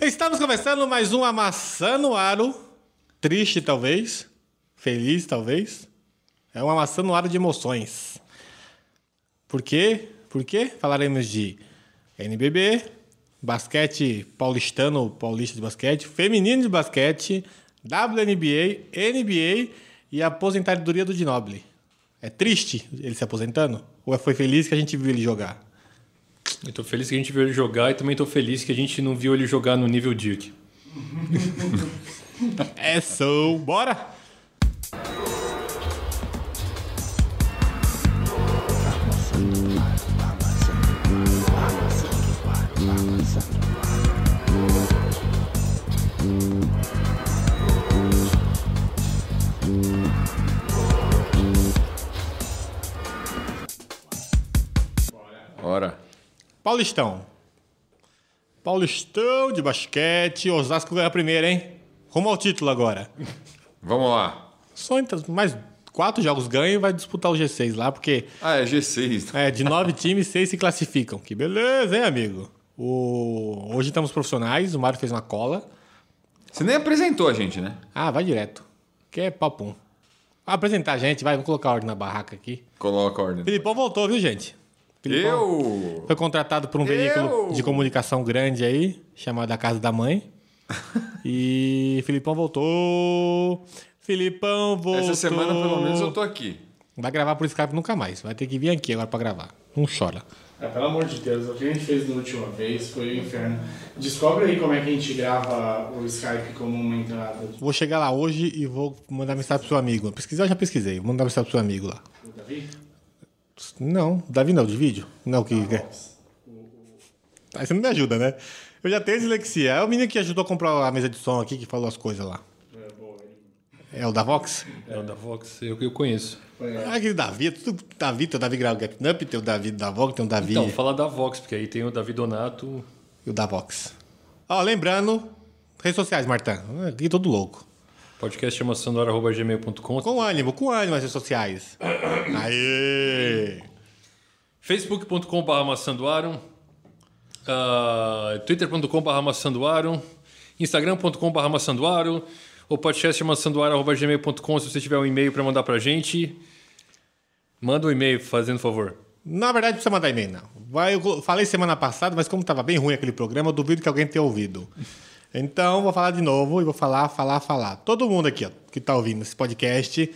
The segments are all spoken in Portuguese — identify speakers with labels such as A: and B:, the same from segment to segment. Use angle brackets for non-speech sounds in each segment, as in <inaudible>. A: Estamos começando mais um Amaçã no Aro. Triste, talvez. Feliz, talvez. É um Amaçã no Aro de emoções. Por quê? Por quê? Falaremos de NBB, basquete paulistano, paulista de basquete, feminino de basquete, WNBA, NBA e a aposentadoria do Dinoble. É triste ele se aposentando? Ou foi feliz que a gente viu ele jogar?
B: Eu tô feliz que a gente viu ele jogar e também tô feliz que a gente não viu ele jogar no nível Dirk.
A: É so, bora!
C: Ora.
A: Paulistão. Paulistão de basquete, Osasco ganha a primeira, hein? Rumo ao título agora.
C: Vamos lá.
A: Só entre as- mais quatro jogos ganha e vai disputar o G6 lá, porque
C: Ah, é G6.
A: é, de nove times, seis se classificam. Que beleza, hein, amigo? O... Hoje estamos profissionais, o Mário fez uma cola.
C: Você nem apresentou a gente, né?
A: Ah, vai direto. Que é papum. Vai apresentar a gente, vai, vamos colocar a ordem na barraca aqui.
C: Coloca a ordem.
A: Filipão voltou, viu, gente? Filipão
C: Eu!
A: foi contratado por um veículo de comunicação grande aí, chamado A Casa da
C: <laughs>
A: Mãe. e Filipão voltou. Filipão voltou.
C: Essa semana, pelo menos, eu tô aqui.
A: Vai gravar por Skype nunca mais. Vai ter que vir aqui agora pra gravar. Não chora.
D: Ah, pelo amor de Deus, o que a gente fez da última vez foi o inferno. Descobre aí como é que a gente grava o Skype como uma entrada de-
A: Vou chegar lá hoje e vou mandar mensagem pro seu amigo. Pesquisar, eu já pesquisei. Vou mandar mensagem pro seu amigo lá.
D: do Davi.
A: Não, Davi não, de vídeo. Não, que. que-
D: Nossa.
A: Aí você não me ajuda, né? Eu já tenho dislexia. É o menino que ajudou a comprar a mesa de som aqui, que falou as coisas lá.
D: É, boa, ele-
A: É o da Vox?
B: É o da Vox, eu eu conheço.
D: foi-
A: Ah, aquele Davi. é Tudo Davi, tem o Davi Grau Get Up, tem o Davi da Vox, tem o Davi
B: Então, fala da Vox, porque aí tem o Davi Donato.
A: e o da Vox. Ó, lembrando, redes sociais, Martã. Aqui todo louco.
B: Podcast chama sonora.gmail.com.
A: Com ânimo, com ânimo as redes sociais. Aê!
B: facebook.com.br maçandoaram. ah, twitter.com.br maçandoaram. instagram.com.br maçandoaram. O podcast chama sanduara.gmail.com se você tiver um e-mail pra mandar pra gente. Manda um e-mail, fazendo favor.
A: Na verdade, não precisa mandar e-mail, não. Vai, eu colo- falei semana passada, mas como tava bem ruim aquele programa, eu duvido que alguém tenha ouvido. Então, vou falar de novo e vou falar, falar, falar. Todo mundo aqui, ó, que tá ouvindo esse podcast,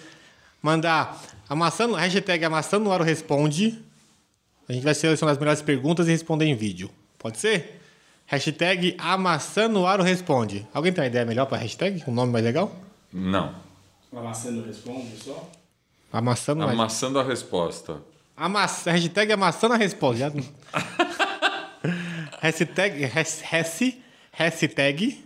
A: mandar amassando, hashtag amassando no ar o responde. A gente vai selecionar as melhores perguntas e responder em vídeo. Pode ser? Hashtag amassando no ar o responde. Alguém tem uma ideia melhor pra hashtag? Um nome mais legal?
C: Não.
D: Amassando responde só?
A: Amassando mais...
C: Amassando a resposta.
A: Amassa, hashtag amassando a resposta. Já... hashtag, has, has- hashtag,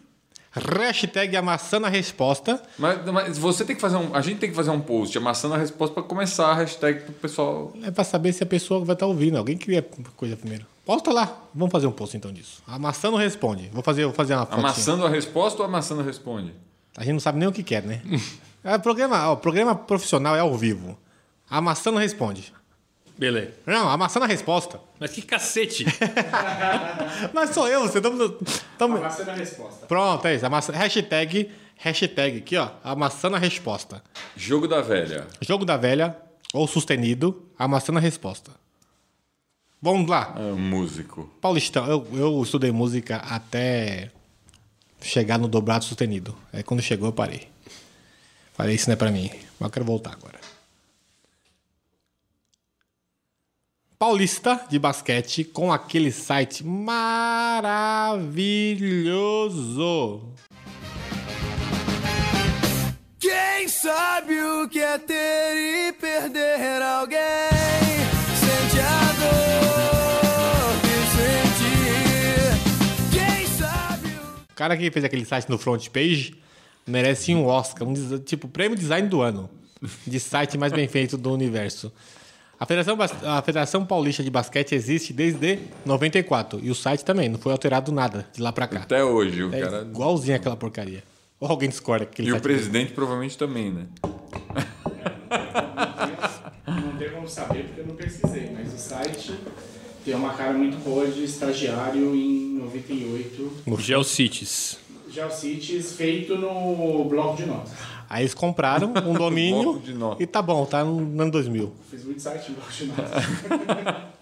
A: hashtag amassando a resposta.
C: Mas, mas você tem que fazer um. A gente tem que fazer um post amassando a resposta pra começar a hashtag pro pessoal.
A: É pra saber se a pessoa vai estar ouvindo. Alguém cria coisa primeiro. Posta lá. Vamos fazer um post então disso. Amassando responde. Vou fazer, vou fazer uma fotinha.
C: Amassando a resposta ou amassando responde?
A: A gente não sabe nem o que quer, né? é, programa, ó, programa profissional é ao vivo. Amassando responde.
B: Beleza.
A: Não, amassando a resposta.
B: Mas que <laughs> cacete!
A: Mas sou eu, você tá... tá
D: Amassando a resposta.
A: Pronto, é isso. Amassa... Hashtag, hashtag aqui, ó. Amassando a resposta.
C: Jogo da velha.
A: Jogo da velha ou sustenido, amassando a resposta. Vamos lá.
C: Ah, músico.
A: Paulistão, eu, eu estudei música até chegar no dobrado sustenido. Aí quando chegou eu parei. Falei, isso não é pra mim. Mas eu quero voltar agora. Paulista de basquete com aquele site maravilhoso.
E: Quem sabe o que é ter e perder alguém sente a dor de sentir. Quem sabe o
A: O cara que fez aquele site no front page merece um Oscar, um des- tipo prêmio design do ano de site mais bem feito do universo. A Federação, Bas- a Federação Paulista de Basquete existe desde 94 e o site também não foi alterado nada de lá pra cá.
C: Até hoje, o
A: É
C: cara.
A: igualzinho aquela porcaria. Ou alguém discorda que aquele
C: E o
A: site-
C: presidente provavelmente também, né?
D: tá Não tem como saber porque eu não pesquisei, mas o site Tem uma cara muito boa de estagiário em 98.
B: Geocities.
D: Geocities é feito no bloco de notas.
A: Aí eles compraram
C: <laughs>
A: um
C: Bloco
A: domínio
C: de nota.
A: e tá bom, tá no no ano 2000.
D: Fiz muito site em bloco de notas.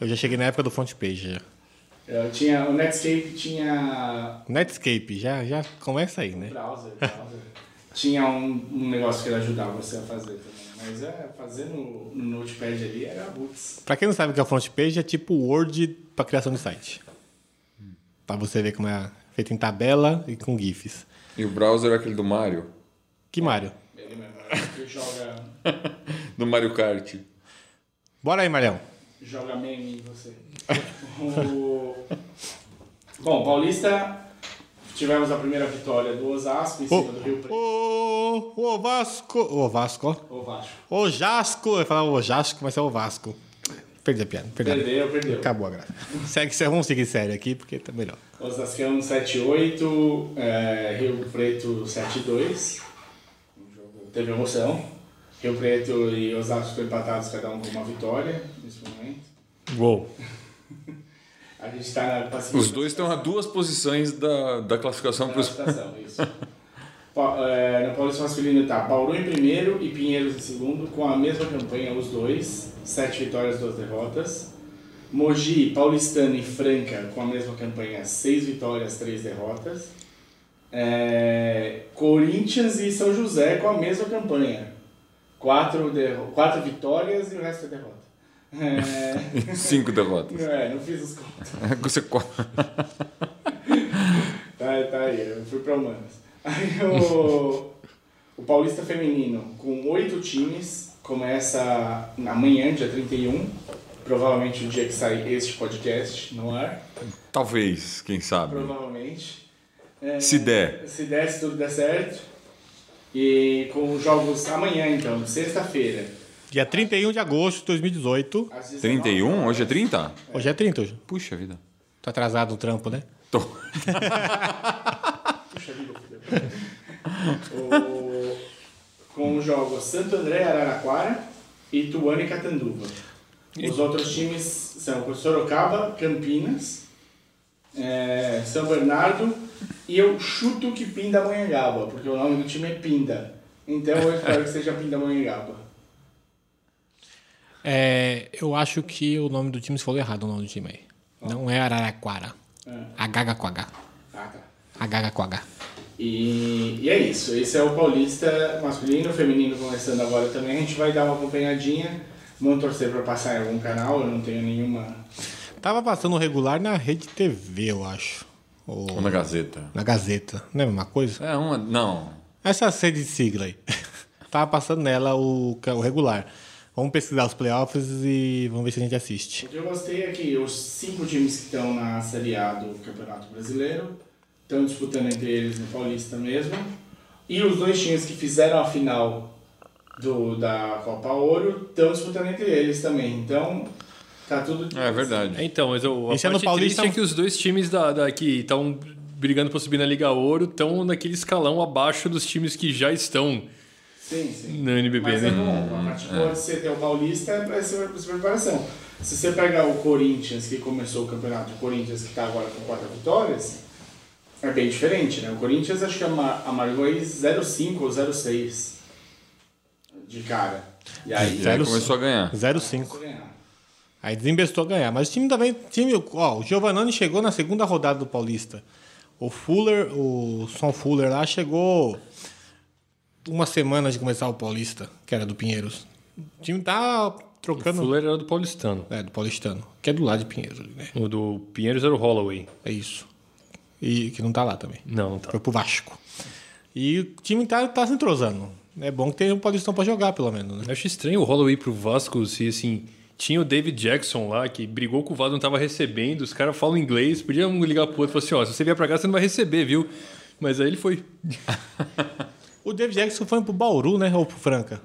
A: Eu já cheguei na época do front page. Já.
D: Eu tinha, o Netscape tinha
A: Netscape, já, já começa aí, né?
D: browser, browser. tinha um, um negócio que ele ajudava você a fazer também. Mas é, fazer no, no Notepad ali era boots.
A: Pra quem não sabe o que é front page, é tipo Word pra criação de site. Pra você ver como é feito em tabela e com GIFs.
C: E o browser é aquele do Mario?
A: Que Mário.
D: Ele mesmo, é que joga,
C: Do Mario Kart.
A: Bora aí, Marião.
D: joga meme em você. O- Bom, Paulista, tivemos a primeira vitória do Osasco em
A: Ô,
D: cima do Rio Preto.
A: ô, ô, Vasco. Ô, Vasco, ó.
D: O Vasco.
A: Ô, Jasco. Eu ia falar o Jasco, mas é o Vasco. Perdi a piada, perdi. a-
D: Perdeu, perdeu.
A: Acabou a graça. Segue, sério, vamos seguir sério aqui, porque tá melhor.
D: Osascão 7-8, é, Rio Preto 7-2. Um jogo Teve emoção. Rio Preto e Osasco estão empatados, cada um com uma vitória nesse momento.
B: Uou.
D: A gente está na passiva-
C: Os dois estão a duas posições da, da classificação para
D: na classificação, isso. Pa- é, no Paulista Masculino está Bauru em primeiro e Pinheiros em segundo, com a mesma campanha os dois, sete vitórias, duas derrotas. Mogi, Paulistano e Franca com a mesma campanha, seis vitórias, três derrotas. É, Corinthians e São José com a mesma campanha, quatro, derro- quatro vitórias e o resto é derrota. É, <laughs>
C: os <laughs> cinco derrotas.
D: é, não fiz os contos.
C: Você corta.
D: Tá, tá aí, eu fui pra humanas. <laughs> Aí o, o Paulista Feminino, com oito times, começa amanhã, dia 31, provavelmente o dia que sai este podcast no ar,
C: Talvez, quem sabe.
D: provavelmente. É,
C: Se der.
D: Se der, se tudo der certo. E com os jogos amanhã, então, sexta-feira.
A: Dia 31 de agosto de 2018.
D: às 19
C: 31?
D: horas.
C: Hoje é 30?
A: Hoje é 30 hoje.
C: Puxa vida.
A: Tô atrasado no trampo, né?
C: Tô.
D: O- com os jogos Santo André, Araraquara, Ituano e Catanduva. Os outros times são Sorocaba, Campinas, eh, São Bernardo e eu chuto que Pindamonhangaba, porque o nome do time é Pinda. Então eu espero que seja Pindamonhangaba.
A: É, eu acho que o nome do time, você falou errado o nome do time aí. Não é Araraquara. Agaga com H.
D: Ah, tá.
A: Agaga com H.
D: E, e é isso, esse é o Paulista masculino, feminino começando agora também. A gente vai dar uma acompanhadinha, vamos torcer para passar em algum canal, eu não tenho nenhuma
A: Tava passando regular na Rede TV, eu acho.
C: Ou
A: Ou
C: na Gazeta.
A: na Gazeta. Não é a mesma coisa?
C: É uma. Não.
A: Essa sede de sigla aí. <laughs> Tava passando nela o, ca- o regular. Vamos pesquisar os playoffs e vamos ver se a gente assiste.
D: O que eu gostei é que os cinco times que estão na Série A do Campeonato Brasileiro estão disputando entre eles no Paulista mesmo. E os dois times que fizeram a final do, da Copa Ouro estão disputando entre eles também. Então, tá tudo.
C: É verdade.
B: Então, mas o, a
A: Esse ano o
B: parte
A: Paulista
B: triste é que os dois times da, da- que estão brigando para subir na Liga Ouro estão naquele escalão abaixo dos times que já estão
D: Sim, sim.
B: na NBB,
D: Mas
B: né?
D: é bom, a parte boa de você ter o Paulista é essa essa preparação. Se você pegar o Corinthians, que começou o campeonato, o Corinthians que está agora com quatro vitórias, é bem diferente, né? O Corinthians acho que ama- amargou aí 0,5 ou 0,6 de cara. E aí
C: E aí começou a ganhar.
A: 05.
D: você ganhar.
A: Aí desembestou a ganhar. Mas o time também. Time, ó, o Giovanani chegou na segunda rodada do Paulista. O Fuller, o Son Fuller lá chegou uma semana de começar o Paulista, que era do Pinheiros. O time tá
B: O
A: trocando.
B: Fuller Hum. era do Paulistano.
A: É, do Paulistano, que é do lado de Pinheiros, ali, né?
B: O do Pinheiros era o Holloway.
A: É isso. E que não tá lá também.
B: Não, não tá.
A: Foi pro Vasco. E o time tá, tá se entrosando. É bom que tem o Paulistão pra jogar, pelo menos, né?
B: Eu acho estranho o Holloway pro Vasco se, assim, tinha o David Jackson lá, que brigou com o Vasco, não tava recebendo, os caras falam inglês, podia um ligar pro outro e falar assim, ó, se você vier pra cá, você não vai receber, viu? Mas aí ele foi.
A: O David Jackson foi pro Bauru, né? Ou pro Franca?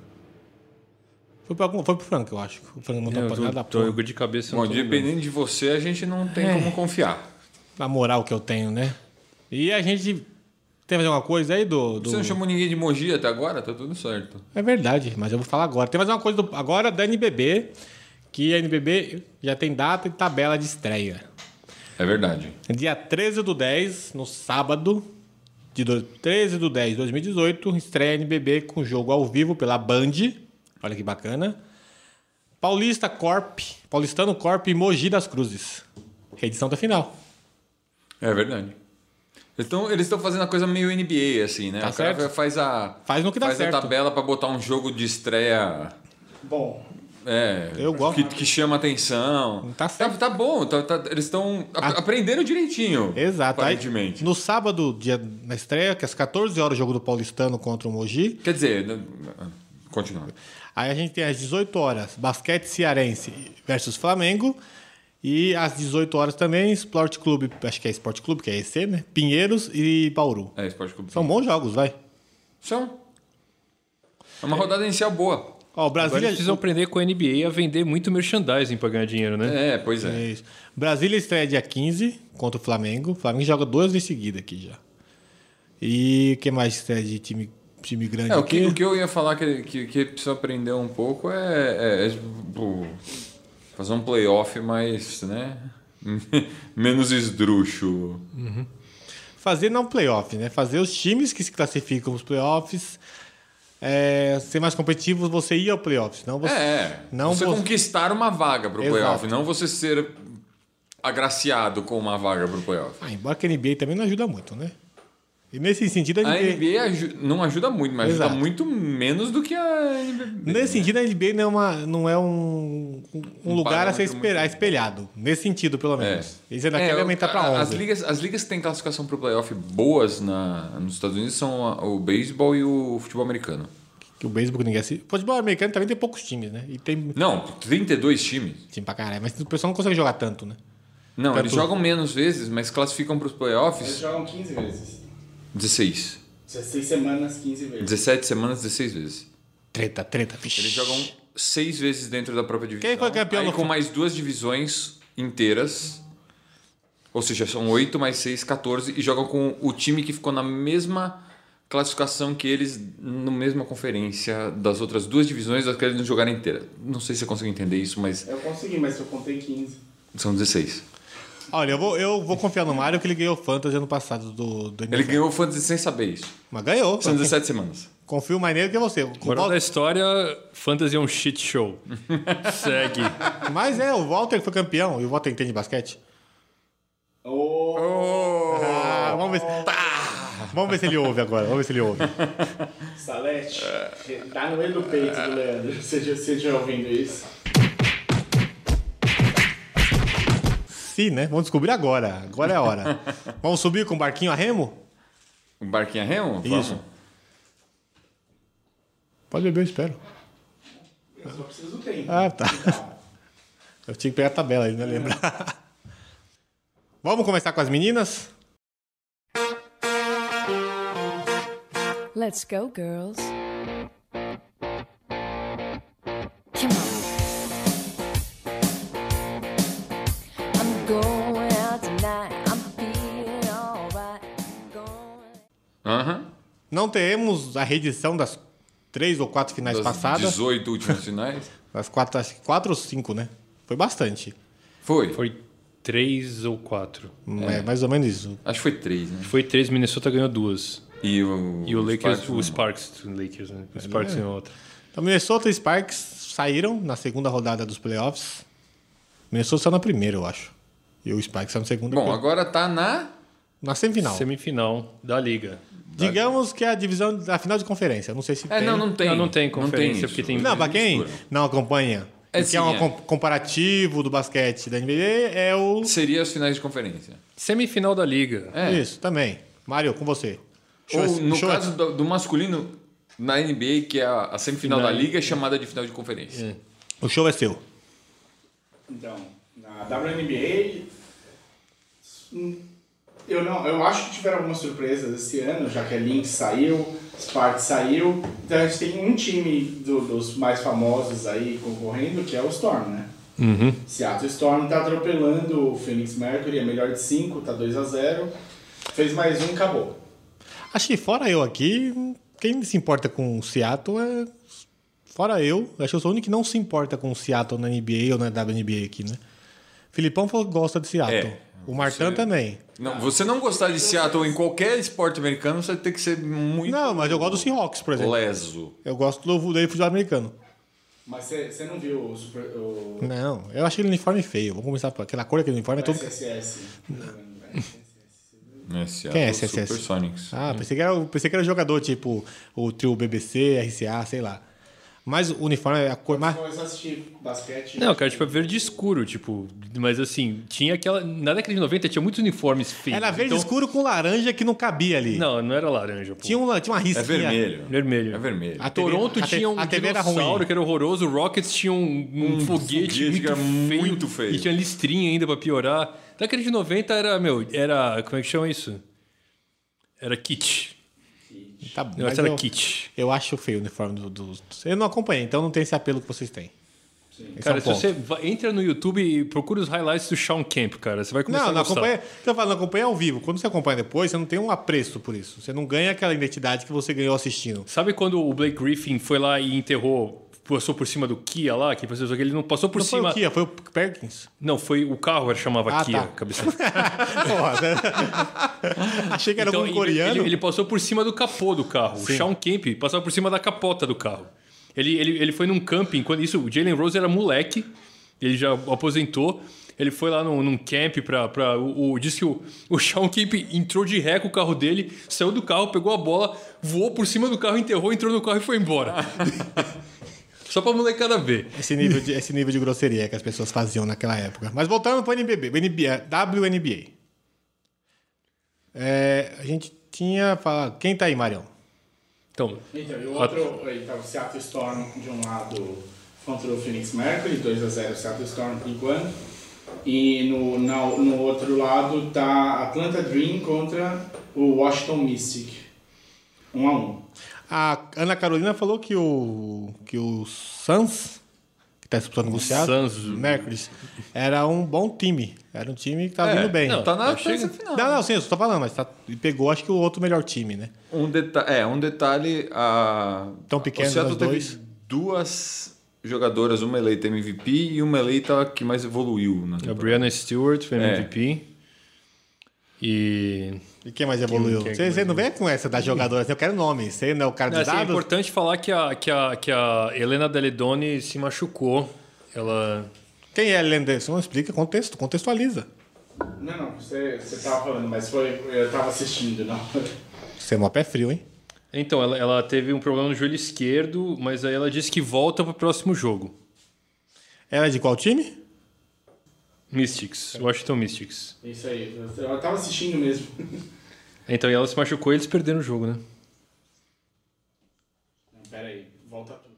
A: Foi, pra algum, foi pro Franca, eu acho. O Franca montou uma
B: É, Eu
A: pancada
B: tô,
A: da
B: tô,
A: porra.
B: de cabeça. eu
C: Bom,
B: não tô lembrando.
C: dependendo de você, a gente não tem
A: É.
C: como confiar.
A: Na moral que eu tenho, né? E a gente. Tem mais alguma coisa aí do. do-
C: Você não chamou ninguém de Mogi até agora? Tá tudo certo.
A: É verdade, mas eu vou falar agora. Tem mais uma coisa do- agora da NBB, que a NBB já tem data e tabela de estreia.
C: É verdade.
A: Dia 13 do 10, no sábado, de do- 13 do 10 de 2018, estreia NBB com jogo ao vivo pela Band. Olha que bacana. Paulista Corp, Paulistano Corp e Mogi das Cruzes. Reedição da final.
C: É verdade. Então, eles estão fazendo a coisa meio NBA, assim, né?
A: Tá
C: o cara
A: certo.
C: faz a.
A: Faz no que dá
C: faz
A: certo.
C: a tabela pra botar um jogo de estreia.
D: Bom,
C: É,
A: Eu gosto.
C: Que, que chama atenção.
A: Tá certo.
C: Tá, bom, tá- tá- eles estão ap- aprendendo direitinho.
A: Exato. Aí,
C: Aparentemente.
A: no sábado, dia, na estreia, que é às 14 horas, o jogo do Paulistano contra o Mogi.
C: Quer dizer, né, continua.
A: Aí a gente tem às 18 horas, Basquete Cearense versus Flamengo. E às 18 horas também, Sport Clube, acho que é Sport Clube, que é EC, né? Pinheiros e Bauru.
C: É, Esporte Clube.
A: São bons jogos, vai.
C: São. É uma rodada inicial boa.
A: Ó, o
B: Agora eles
A: Brasília.
B: precisam aprender com a NBA a vender muito merchandising pra ganhar dinheiro, né?
C: É, pois é.
A: É isso. Brasília estreia dia 15 contra o Flamengo. O Flamengo joga duas vezes seguida aqui já. E o que mais estreia de time, time grande
C: É, o
A: aqui?
C: que, o que eu ia falar que, que, que precisa aprender um pouco é, é- é, tipo, fazer um playoff mais, né? <laughs> Menos esdrúxulo.
A: Fazer não playoff, né? Fazer os times que se classificam os playoffs. é, ser mais competitivos, você ir ao playoff. Senão você.
C: É,
A: Não
C: você
A: você-
C: conquistar uma vaga pro
A: Exato.
C: playoff, não você ser agraciado com uma vaga pro playoff.
A: Ah, embora que a NBA também não ajuda muito, né? E nesse sentido, a
C: A
A: NBA.
C: NBA aju- não ajuda muito, mas
A: Exato.
C: ajuda muito menos do que a NBA.
A: Nesse sentido, a NBA não é, uma, não é um, um lugar a ser
C: parâmetro
A: espelha-
C: muito-
A: espelhado. Nesse sentido, pelo
C: É.
A: menos. Eles ainda querem
C: o-
A: aumentar
C: a-
A: pra 11.
C: As ligas, as ligas que têm classificação pro playoff boas na, nos Estados Unidos são a- o beisebol e o futebol americano.
A: Que o beisebol ninguém assiste. Futebol americano também tem poucos times, né? E tem
C: Não, 32 times.
A: time pra caralho. Mas o pessoal não consegue jogar tanto, né?
C: Não,
A: Tá
C: eles
A: tudo.
C: jogam menos vezes, mas classificam para os
D: eles
C: playoffs
D: jogam 15 vezes.
C: 16.
D: 16 semanas, 15 vezes.
C: 17 semanas, 16 vezes.
A: Treta, treta, vixi.
C: Eles jogam seis vezes dentro da própria divisão.
A: Quem foi campeão
C: Aí
A: no
C: com
A: fu-
C: mais duas divisões inteiras. Ou seja, são 8 mais 6, 14. E jogam com o time que ficou na mesma classificação que eles, na mesma conferência das outras duas divisões, das que eles não jogaram inteira. Não sei se eu consigo entender isso, mas
D: Eu consegui, mas eu contei 15.
C: são 16.
A: Olha, eu vou, eu vou confiar no Mário que ele ganhou o Fantasy ano passado do, do
C: Ele
A: NFL.
C: ganhou o fantasy sem saber isso.
A: Mas ganhou.
C: São 17 semanas.
A: Confio mais nele que você. O
B: Moral da
A: Walter-
B: história, fantasy é um shit show. <laughs> Segue.
A: Mas é, o Walter que foi campeão. E o Walter entende de basquete.
D: Oh,
A: Ah, vamos ver se... tá. Vamos ver se ele ouve agora. Vamos ver se ele ouve.
D: Salete, dá no meio do peito do Leandro. <laughs> Você já, você já ouvindo isso?
A: Sim, né? Vamos descobrir agora. Agora é a hora. Vamos subir com o barquinho a remo?
C: O Barquinha Remo?
A: Isso.
C: Vamos.
A: Pode beber, eu espero.
D: Eu só preciso do tempo.
A: Ah, tá. Eu tinha que pegar a tabela ainda, lembrar. Vamos começar com as meninas?
F: Let's go, girls. Come on. I'm going out tonight. I'm feeling alright. I'm going.
C: Aham.
A: Não teremos a reedição das três ou quatro finais
C: das
A: passadas.
C: 18 últimas finais.
A: Das quatro, acho que quatro ou cinco, né? Foi bastante.
C: Foi.
B: Foi três ou quatro.
A: É. mais ou menos isso.
C: Acho que foi 3, né?
B: Foi três, Minnesota ganhou duas.
C: E o,
B: E o Lakers,
C: Sparks,
B: o
C: né?
B: Sparks, Lakers, né?
A: É
B: O Sparks ganhou outra.
A: Então, Minnesota e Sparks saíram na segunda rodada dos playoffs. Minnesota saiu na primeira, eu acho. E o Sparks saiu na segunda.
C: Bom, agora tá na.
A: Na semifinal.
B: Semifinal da Liga.
A: Digamos que é a divisão da final de conferência. Não sei se
C: É,
A: tem.
C: não, não tem.
B: Não, não tem conferência,
C: isso.
B: porque tem-
A: Não, pra quem
C: mistura.
A: não acompanha,
C: É,
A: e que é
C: sim,
A: um
C: é.
A: com- comparativo do basquete da NBA, é o.
C: Seria as finais de conferência.
B: Semifinal da Liga.
C: É.
A: Isso, também. Mário, com você.
C: Ou,
A: Show- é
C: no
A: show-
C: caso do, do masculino, na NBA, que é a, a semifinal
B: Final.
C: da liga, é chamada de final de conferência.
A: O show é seu.
D: Então, na WNBA, hum, eu não, eu acho que tiveram algumas surpresas esse ano, já que a Lynx saiu, Sparks saiu, então a gente tem um time do- dos mais famosos aí concorrendo, que é o Storm, né? Seattle Storm tá atropelando o Phoenix Mercury, é melhor de 5, tá 2 a 0 fez mais um, acabou.
A: Acho que fora eu aqui, quem se importa com o Seattle é Fora eu, acho que eu sou o único que não se importa com o Seattle na NBA ou na WNBA aqui, né? Filipão falou que gosta de Seattle.
C: É,
A: o Martin
C: você-
A: também.
C: Não, você não gostar de Seattle em qualquer esporte americano, você tem que ser muito
A: Não, mas eu gosto do Seahawks, por exemplo.
C: leso.
A: Eu gosto do, do futebol americano.
D: Mas você você não viu o Super. O
A: Não, eu achei o uniforme feio. Vamos começar por aquela cor daquele uniforme. É todo...
D: SSS?
C: Né, Seattle
A: Quem é esse SS?
C: Super Sonics.
A: Ah, pensei que, era, pensei que era jogador, tipo o trio BBC, RCA, sei lá. Mas o uniforme é a cor mais.
D: Começou a assistir basquete.
B: Não, cara, tipo, é verde escuro, tipo. Mas assim, tinha aquela. Na década de 90 tinha muitos uniformes feios.
A: Era verde
B: então-
A: escuro com laranja que não cabia ali.
B: Não, não era laranja, pô.
A: Tinha, um uma, tinha uma
C: É
A: risquinha.
C: vermelho.
B: Vermelho.
C: É vermelho.
A: A TV
B: Toronto
A: a te-
B: tinha um
A: a TV era ruim.
B: dinossauro que era horroroso, o Rockets tinha um, um foguete,
C: foguete que
B: muito,
C: era
B: feio,
C: muito feio.
B: E tinha listrinha ainda pra piorar. Década de 90 era, meu, era. Como é que chama isso? Era kit.
A: Tá bom.
B: Não,
A: mas
B: essa era
A: eu,
B: kit.
A: eu acho feio o uniforme dos. Do, do- eu não acompanhei, então não tem esse apelo que vocês têm. Esse é
B: Cara,
A: um
B: se
A: ponto.
B: você vai- entra no YouTube e procura os highlights do Sean Camp, cara, você vai começar
A: Não,
B: a
A: não
B: gostar.
A: acompanha. então Eu falo, não acompanha ao vivo. Quando você acompanha depois, você não tem um apreço por isso. Você não ganha aquela identidade que você ganhou assistindo.
B: Sabe quando o Blake Griffin foi lá e enterrou, passou por cima do Kia lá, que passou, ele não passou por
A: não
B: cima.
A: foi o Kia, foi o Perkins. <laughs>
B: Não, foi o carro ele chamava
A: Ah,
B: Kia,
A: tá.
B: cabeça.
A: Porra,
B: <laughs>
A: né? Achei que era algum
B: Então, ele-
A: coreano.
B: Ele, ele passou por cima do capô do carro. O Sean Kemp passava por cima da capota do carro. Ele, ele, ele foi num camping, quando isso, o Jalen Rose era moleque, ele já aposentou. Ele foi lá num, num camp pra. pra o, o- diz que o, o Sean Kemp entrou de ré com o carro dele, saiu do carro, pegou a bola, voou por cima do carro, enterrou, entrou no carro e foi embora. <laughs> Só pra molecada ver.
A: Esse nível, de, esse nível de grosseria que as pessoas faziam naquela época. Mas voltando para o NBB, NBA, WNBA. É, a gente tinha. Fala, quem tá aí, Marião?
B: Então,
D: Então, e o outro, então, o Seattle Storm de um lado contra o Phoenix Mercury, 2x0 Seattle Storm por enquanto. E no, na- no outro lado tá Atlanta Dream contra o Washington Mystic. 1x1.
A: A Ana Carolina falou que o. que o Suns, que tá disputando com o Seattle,
B: Suns.
A: Mercury, era um bom time. Era um time que tava
C: É,
A: vindo bem.
B: não,
C: Tá na
B: Mas chega-
C: chega... final.
A: Não, não, sim, eu só tô falando, mas tá- e pegou acho que o outro melhor time, né?
C: Um deta é, um detalhe. A...
A: Tão pequenos
C: o Seattle
A: os
C: teve
A: dois.
C: duas jogadoras, uma eleita MVP e uma eleita que mais evoluiu. né? Na
B: a
C: temporada.
B: É Brianna Stewart foi
C: É.
B: MVP. E.
A: E quem mais evoluiu?
B: quem é que
A: Você
B: mais
A: você não vem com essa da jogadora, assim, eu quero nome. Você não é o cara
B: Não,
A: dos
B: assim, é
A: dados?
B: importante falar que a, que a, que a Helena Deledoni se machucou. Ela.
A: Quem é a Helena Anderson? Explica, contexto, contextualiza.
D: Não, não, você, você tava falando, mas foi, eu tava assistindo na hora.
A: Você é mó pé frio, hein?
B: Então, ela, ela teve um problema no joelho esquerdo, mas aí ela disse que volta pro próximo jogo.
A: Ela é de qual time?
B: Mystics, Washington Mystics.
D: <laughs> Isso aí, eu tava assistindo mesmo. <laughs>
B: Então, e ela se machucou e eles perderam o jogo, né?
D: Não, Pera aí, volta tudo.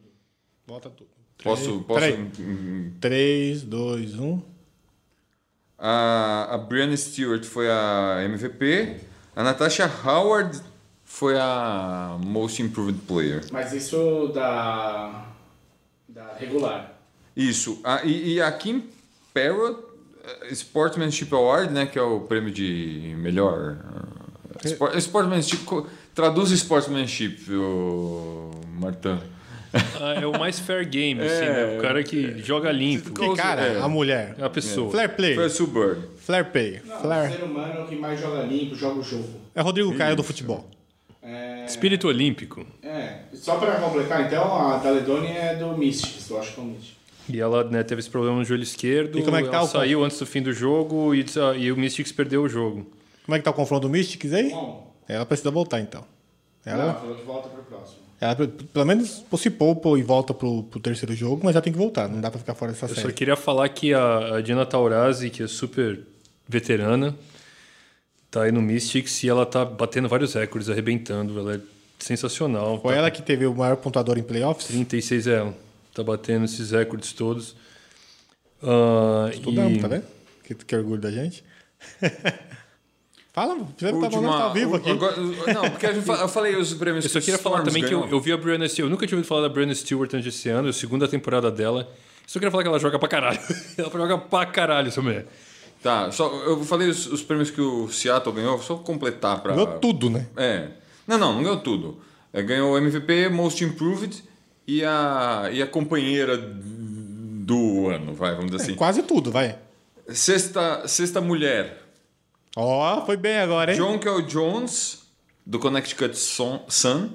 A: Volta tudo.
C: Posso. posso...
A: Peraí. 3, 2, 1.
C: A, a Brianna Stewart foi a MVP. A Natasha Howard foi a Most Improved Player.
D: Mas isso da. da regular.
C: Isso. A- e, e a Kim Parrott, eh, Sportsmanship Award, né, que é o prêmio de melhor. eh, spor- sportsmanship. co- Traduz sportsmanship, o Martin.
B: Ah, é o mais fair game, assim,
C: É.
B: né? O cara que joga limpo.
A: Que cara,
C: é.
A: a mulher.
B: É a pessoa.
A: Flare play.
C: Foi a Sue Bird.
A: Flare play.
D: Não, o
A: Flare.
D: ser humano é o que mais joga limpo, joga o jogo.
A: É Rodrigo Caio do futebol.
D: É,
B: Espírito olímpico.
D: é, só pra completar, então, a Daledoni é do Mystics, do Washington Mystics.
B: E ela né, teve esse problema no joelho esquerdo.
A: E como é que tá
B: ela
A: o-
B: saiu antes do fim do jogo e, e o Mystics perdeu o jogo.
A: Como é que tá o confronto do Mystics aí?
D: Bom,
A: Ela precisa voltar então.
D: ela
A: Ela,
D: falou que volta pro próximo.
A: ela pe- pelo menos se poupa e volta pro, pro terceiro jogo, mas ela tem que voltar. Não dá pra ficar fora dessa
B: Eu
A: série.
B: só queria falar que a, a Diana Taurasi, que é super veterana, tá aí no Mystics e ela tá batendo vários recordes, arrebentando. Ela é sensacional.
A: Foi
B: tá
A: ela que teve o maior pontuador em playoffs?
B: 36 é ela. Tá batendo esses recordes todos. Ah,
A: Estudamos,
B: e-
A: tá vendo? Que, que orgulho da gente. <laughs> Fala, você tá falando
C: Última-
A: ao vivo aqui.
C: agora- não, porque a gente fala- eu falei os prêmios.
B: Eu só queria falar também que eu, eu vi a Brianna Stewart. Eu nunca tinha ouvido falar da Brianna Stewart antes desse ano, é a segunda temporada dela. Só queria falar que ela joga pra caralho. <laughs> ela joga pra caralho, essa mulher.
C: Tá, só, eu falei os, os prêmios que o Seattle ganhou, só completar pra.
A: Ganhou tudo, né?
C: É. Não, não, não ganhou tudo. É, ganhou o MVP, Most Improved e a, e a companheira do ano, vai, vamos dizer assim.
A: Quase tudo, vai.
C: Sexta, sexta mulher,
A: Ó, foi bem agora, hein?
C: John Kell Jones, do Connecticut Son- Sun.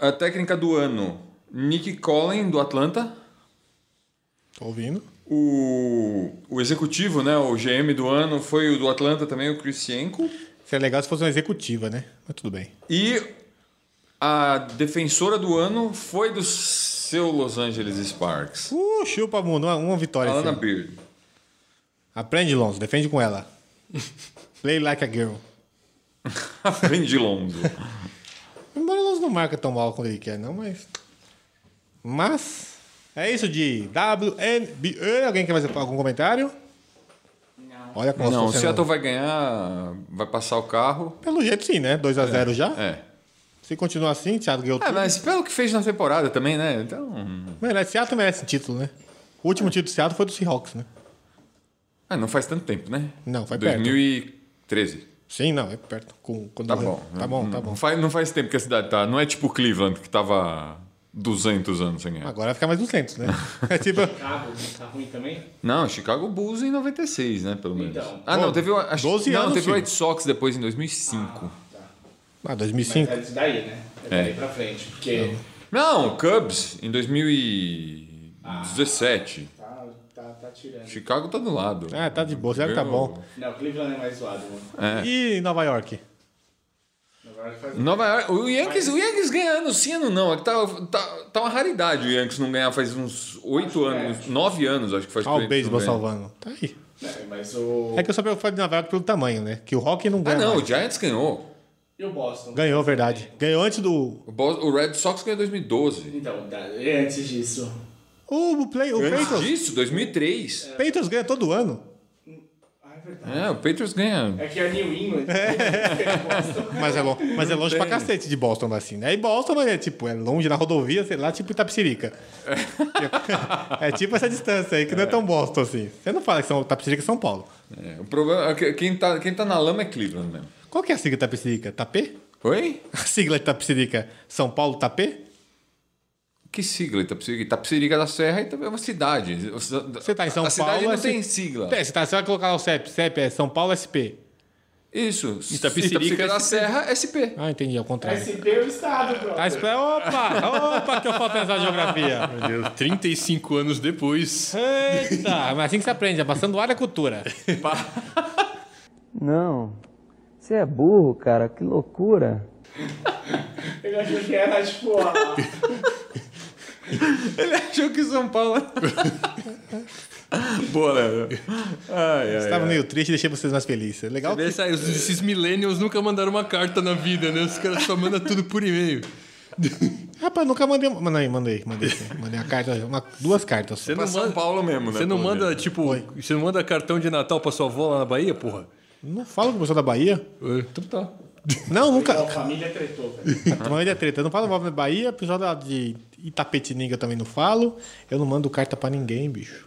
C: A técnica do ano, Nick Collin, do Atlanta.
A: Tô ouvindo.
C: O, o executivo, né, o GM do ano, foi o do Atlanta também, o Chris Yenko.
A: Seria é legal se fosse uma executiva, né? Mas tudo bem.
C: E a defensora do ano foi do seu Los Angeles Sparks,
A: Uh, chupa, mundo. Uma, uma vitória.
C: Alana
A: assim.
C: Beard. <laughs>
A: Aprende, Lonzo. Defende com ela. Play like a girl.
C: A frente de Lonzo.
A: Embora o Lonzo não marca tão mal quando ele quer, não, mas... Mas... É isso de WNBA. Alguém quer mais algum comentário? Não. Olha como
C: Não, tá o
A: nós
C: Seattle vai ganhar, vai passar o carro.
A: Pelo jeito sim, né? 2x0 já.
C: É.
A: Se continuar assim, Thiago ganhou
C: É,
A: tudo.
C: mas pelo que fez na temporada também, né? Então.
A: Merece, Seattle merece título, né? O último título do Seattle foi do Seahawks, né?
C: Ah, não faz tanto tempo, né?
A: Não, foi perto.
C: 2013.
A: Sim, não, é perto. Com, quando
C: Tá bom.
A: Tá bom, tá
C: Não
A: bom.
C: faz, não faz tempo que a cidade tá. Não é tipo Cleveland, que tava 200 anos sem ganhar.
A: Agora vai ficar mais 200,
C: <laughs>
A: né? É tipo,
D: Carro, tá ruim também?
C: Não, Chicago Bulls em 96, né? Pelo menos.
D: Então.
C: ah, não,
A: Pô,
C: teve, o- acho,
A: 12
C: não,
A: anos,
C: teve o
A: filho.
C: White Sox depois em 2005.
A: ah,
D: Mas
A: 2005.
D: é isso daí, né? É
C: É.
D: daí pra frente. Porque
C: Não, Cubs
A: Ah.
C: em 2017.
D: tá, tá, tá tirando.
C: Chicago tá do lado.
A: Ah, tá de boa, zero tá bom.
D: Não, Cleveland é mais zoado.
C: É.
A: E Nova York?
D: Agora faz
C: Nova York, o Yankees, o Yankees ganha ano sim, ano não. É que tá, tá, tá uma raridade o Yankees não ganhar faz uns 8 anos,
A: é.
C: 9 anos, acho que faz. que
A: Olha o
C: Yankees não
A: beisebol
C: ganha.
A: salvando. Tá aí.
D: É, mas o.
A: É que eu só falei de Nova York pelo tamanho, né? Que o Rock não
C: Ah,
A: ganha.
C: não,
A: mais.
C: o Giants ganhou.
D: E o Boston?
A: Ganhou, verdade. Ganhou antes do.
C: O, Bos- o Red Sox ganhou em 2012.
D: Então, tá, e antes disso.
A: O, o, play, o
C: Antes
A: Patriots.
C: disso, 2003.
A: Patriots ganha todo ano.
D: Ah, é verdade.
C: É, o Patriots ganha.
D: É que a New England.
A: Mas é, lo- mas é longe pra cacete de Boston, mas assim, né? E Boston, mas é tipo, é longe na rodovia, sei lá, tipo Itapsirica. <laughs> é tipo essa distância aí, que não é tão Boston assim. Você não fala que são Itapsirica e São Paulo.
C: É, o problema é que quem tá, quem tá na lama é Cleveland mesmo.
A: Qual que é a sigla Itapsirica? Tapê?
C: Oi?
A: A sigla de Itapsirica, São Paulo Tapê?
C: Que sigla então? Itapsirica? Itapsirica da Serra é uma cidade. Você
A: tá em São
C: A cidade
A: Paulo,
C: não
A: é
C: tem
A: ci-
C: sigla.
A: É, você, tá, você vai colocar o CEP, CEP é São Paulo SP.
C: Isso.
B: Itapecerica é
C: da
B: SP.
C: Serra, SP.
A: Ah, entendi, ao contrário.
D: SP é o estado,
A: Ah,
D: bro.
A: SP, opa, opa, que eu falo pensar em geografia.
B: Meu Deus, 35 anos depois.
A: Eita, mas assim que você aprende, é passando área cultura.
G: Não. Você é burro, cara. Que loucura.
D: Eu achei que era tipo. a-
C: Ele achou que São Paulo. Boa, Léo. Ai, ai.
A: Estava meio triste, deixei vocês mais felizes. Legal que
B: Essa- esses millennials nunca mandaram uma carta na vida, né? Os caras só mandam tudo por <laughs> e-mail.
A: Rapaz, nunca mandei. uma- Mandei, mandei, mandei. sim. Mandei uma carta, uma- duas cartas. só.
B: Você
C: Pra
B: não
C: São
B: manda,
C: Paulo mesmo, né?
B: você não
C: pelo
B: manda
C: menos.
B: tipo, você não manda cartão de Natal pra sua avó lá na Bahia, porra?
A: Não fala com o pessoal da Bahia?
B: É, Então tá.
A: Não,
D: Ó,
A: nunca.
D: A família tretou, velho.
A: A maioria é treta. Eu não falo mal da Bahia, o pessoal da- de Itapetininga eu também não falo. Eu não mando carta pra ninguém, bicho.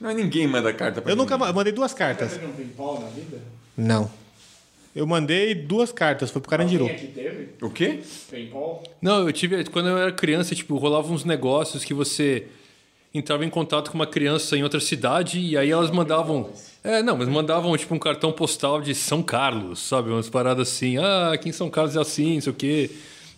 C: Não é ninguém manda carta pra
A: Eu
C: ninguém.
A: nunca ma- eu mandei duas
D: Você
A: cartas.
D: teve um pinball na vida?
A: Não. Eu mandei duas cartas, foi pro Carandiru.
D: Quem aqui teve?
C: O quê?
D: Pinball?
B: Não, eu tive. Quando eu era criança, tipo, rolava uns negócios que você entrava em contato com uma criança em outra cidade e aí elas mandavam. É, não, mas mandavam tipo um cartão postal de São Carlos, sabe? Umas paradas assim, ah, aqui em São Carlos é assim, não sei o quê.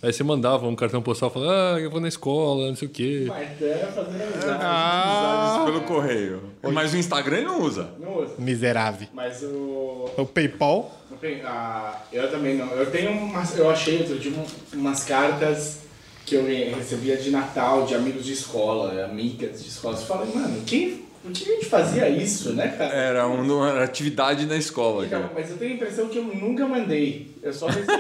B: Aí você mandava um cartão postal falando, ah, eu vou na escola, não sei o quê.
D: Martana é fazendo amizade.
A: Ah.
C: Amizades pelo correio. Mas o Instagram ele não usa.
D: Não usa.
A: Miserável.
D: Mas o.
A: O PayPal.
D: Eu tenho- ah, eu também não. Eu tenho umas, eu achei outro dia um- umas cartas que eu re- recebia de Natal, de amigos de escola, amigas de escola. Você fala, mano, quem, por que a gente fazia isso, né, cara?
C: Era um- uma atividade na escola.
D: Então,
C: Cara.
D: mas eu tenho a impressão que eu nunca mandei. Eu só recebi.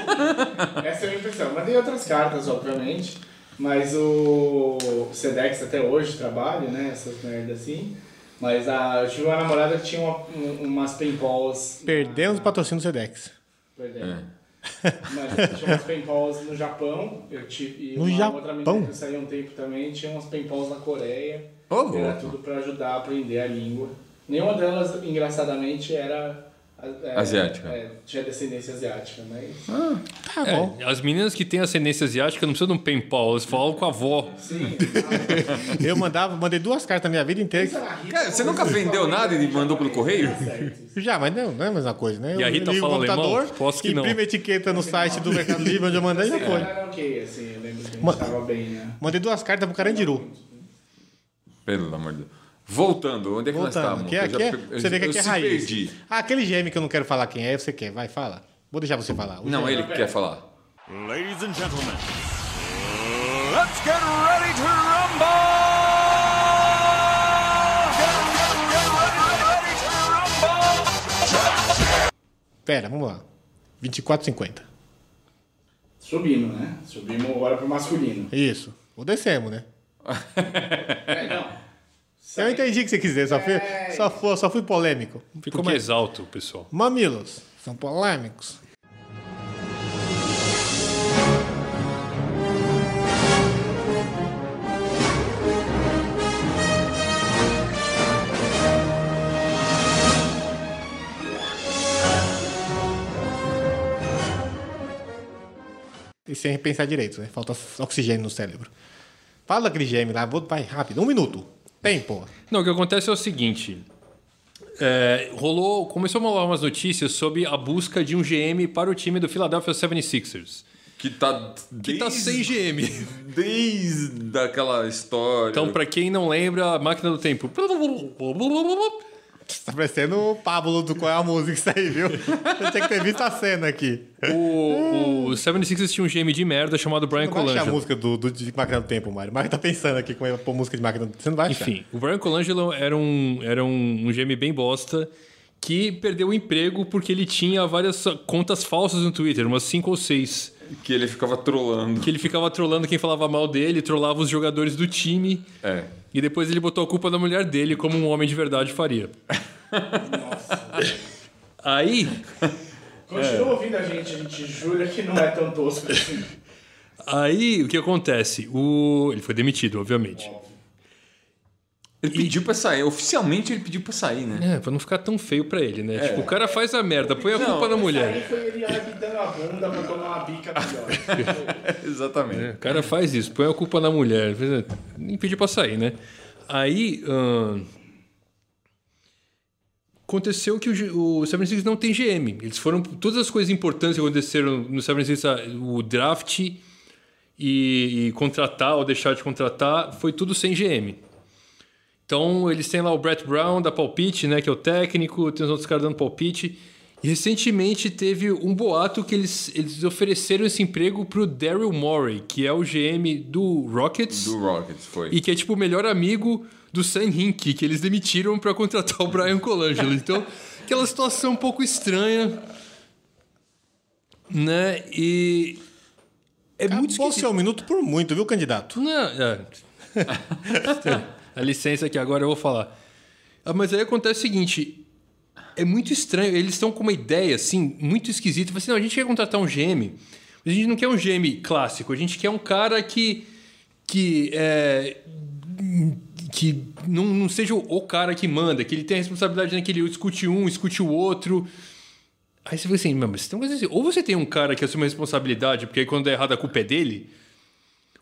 D: Essa é a minha impressão. Mandei outras cartas, obviamente. Mas o Sedex até hoje trabalha, né? Essas merdas assim. Mas a, eu tive uma namorada que tinha uma- um- umas paintballs. na-
A: Perdemos o patrocínio do Sedex.
D: Perdemos.
C: É.
D: Mas tinha umas paintballs no Japão. Eu tive. e
A: No
D: uma
A: Japão?
D: outra menina que saiu um tempo também. Tinha umas paintballs na Coreia.
C: Ô, louco.
D: era tudo pra ajudar a aprender a língua. Nenhuma delas, engraçadamente, era é,
C: Asiática.
D: É, tinha descendência asiática, mas.
A: Tá bom.
B: É, As meninas que têm ascendência asiática não precisam de um penpal, elas falam com a avó.
D: Sim.
A: Eu mandava, mandei duas cartas na minha vida inteira. que-
C: Cara, você nunca vendeu nada e mandou pelo correio?
A: Já, mas não, não é a mesma coisa, né?
B: E a Rita
A: Eu ligo o
B: fala alemão?
A: computador,
B: Posso que não.
A: imprimo a etiqueta no site do Mercado Livre onde eu mandei já foi.
D: Era ok, assim, eu lembro que a gente
A: Ma-
D: tava bem, né?
A: Mandei duas cartas pro Carandiru.
C: Pelo amor de Deus. Voltando, onde é que nós
A: Voltando.
C: estávamos?
A: Que é,
C: Eu já
A: que é-
C: pe- eu-
A: você vê que
C: eu
A: aqui é
C: se
A: raiz.
C: perdi.
A: Ah, aquele gêmeo que eu não quero falar quem é, você quer. Vai, fala. Vou deixar você falar. O
C: Não,
A: gêmeo.
C: ele que quer falar.
E: Ladies and gentlemen, let's get ready to rumble! Get, get, get ready, ready to rumble!
A: Pera, vamos lá. 24,50.
D: Subimos, né? Subimos agora
C: <laughs>
D: pro masculino.
A: Isso. Ou descemos, né?
D: É, não. Tá
A: Eu entendi o que você quiser, só fui, só fui, só fui polêmico.
B: Ficou mais alto, pessoal.
A: Mamilos, são polêmicos. E sem pensar direito, né? Falta oxigênio no cérebro. Fala daquele gêmeo lá, vou, vai, rápido, um minuto. Tempo.
B: Não, o que acontece é o seguinte. é, rolou, começou a rolar umas notícias sobre a busca de um GM para o time do Philadelphia 76ers.
C: Que tá desde,
B: Que tá sem GM.
C: <laughs> desde aquela história.
B: Então, pra quem não lembra, a máquina do tempo.
A: Tá parecendo o Pablo do Qual é a Música isso aí, viu? Eu tinha que ter visto a cena aqui.
B: O, o 76ers tinha um GM de merda chamado Brian
A: Não vai achar a
B: Colangelo.
A: música do, do, de Máquina do Tempo, Mário. Mário tá pensando aqui com a música de Máquina do Tempo. Você não vai achar.
B: Enfim, o Brian Colangelo era um, era um, um GM bem bosta que perdeu o emprego porque ele tinha várias contas falsas no Twitter, umas cinco ou seis.
C: Que ele ficava trolando.
B: Que ele ficava trolando quem falava mal dele, trollava os jogadores do time.
C: É.
B: E depois ele botou a culpa na mulher dele, como um homem de verdade faria. Aí,
C: É.
D: Continua ouvindo a gente, a gente jura que não é tão tosco assim.
B: aí o que acontece? O... Ele foi demitido, obviamente.
C: Ele pediu pra sair. Oficialmente ele pediu pra sair, né?
B: É, pra não ficar tão feio pra ele, né? Tipo, o cara faz a merda, põe a
C: Não,
B: culpa na
D: Aí
B: mulher.
D: foi ele arrebitando a bunda pra tomar uma
C: <laughs>
D: bica melhor.
C: É. Exatamente.
B: O cara faz isso, põe a culpa na mulher. Nem pediu pra sair, né? Aí. ahn, Aconteceu que o, G- o 76 não tem GM. Eles foram. Todas as coisas importantes que aconteceram no 76, a- o draft e, e contratar ou deixar de contratar, foi tudo sem GM. Então eles têm lá o Brett Brown da palpite, né? Que é o técnico, tem os outros caras dando palpite. E recentemente teve um boato que eles, eles ofereceram esse emprego pro Daryl Morey, que é o GM do Rockets
C: Do Rockets, foi.
B: e que é tipo o melhor amigo do Sam Hinkie, que eles demitiram pra contratar o Brian Colangelo. Então, aquela situação um pouco estranha. Né? E. É muito
A: Acabou
B: esquisito.
A: seu minuto por muito, viu, candidato?
B: Não, <laughs> é. a licença que agora eu vou falar. Ah, Mas aí acontece o seguinte: é muito estranho. Eles estão com uma ideia assim, muito esquisita. Fala Assim, não, a gente quer contratar um GM, mas a gente não quer um GM clássico, a gente quer um cara que. que é, que não, não seja o cara que manda, que ele tenha responsabilidade naquele, escute um, escute o outro. Aí você fica assim, "Não, mas você tem uma coisa assim, ou você tem um cara que assume a responsabilidade, porque aí quando der errado a culpa é dele,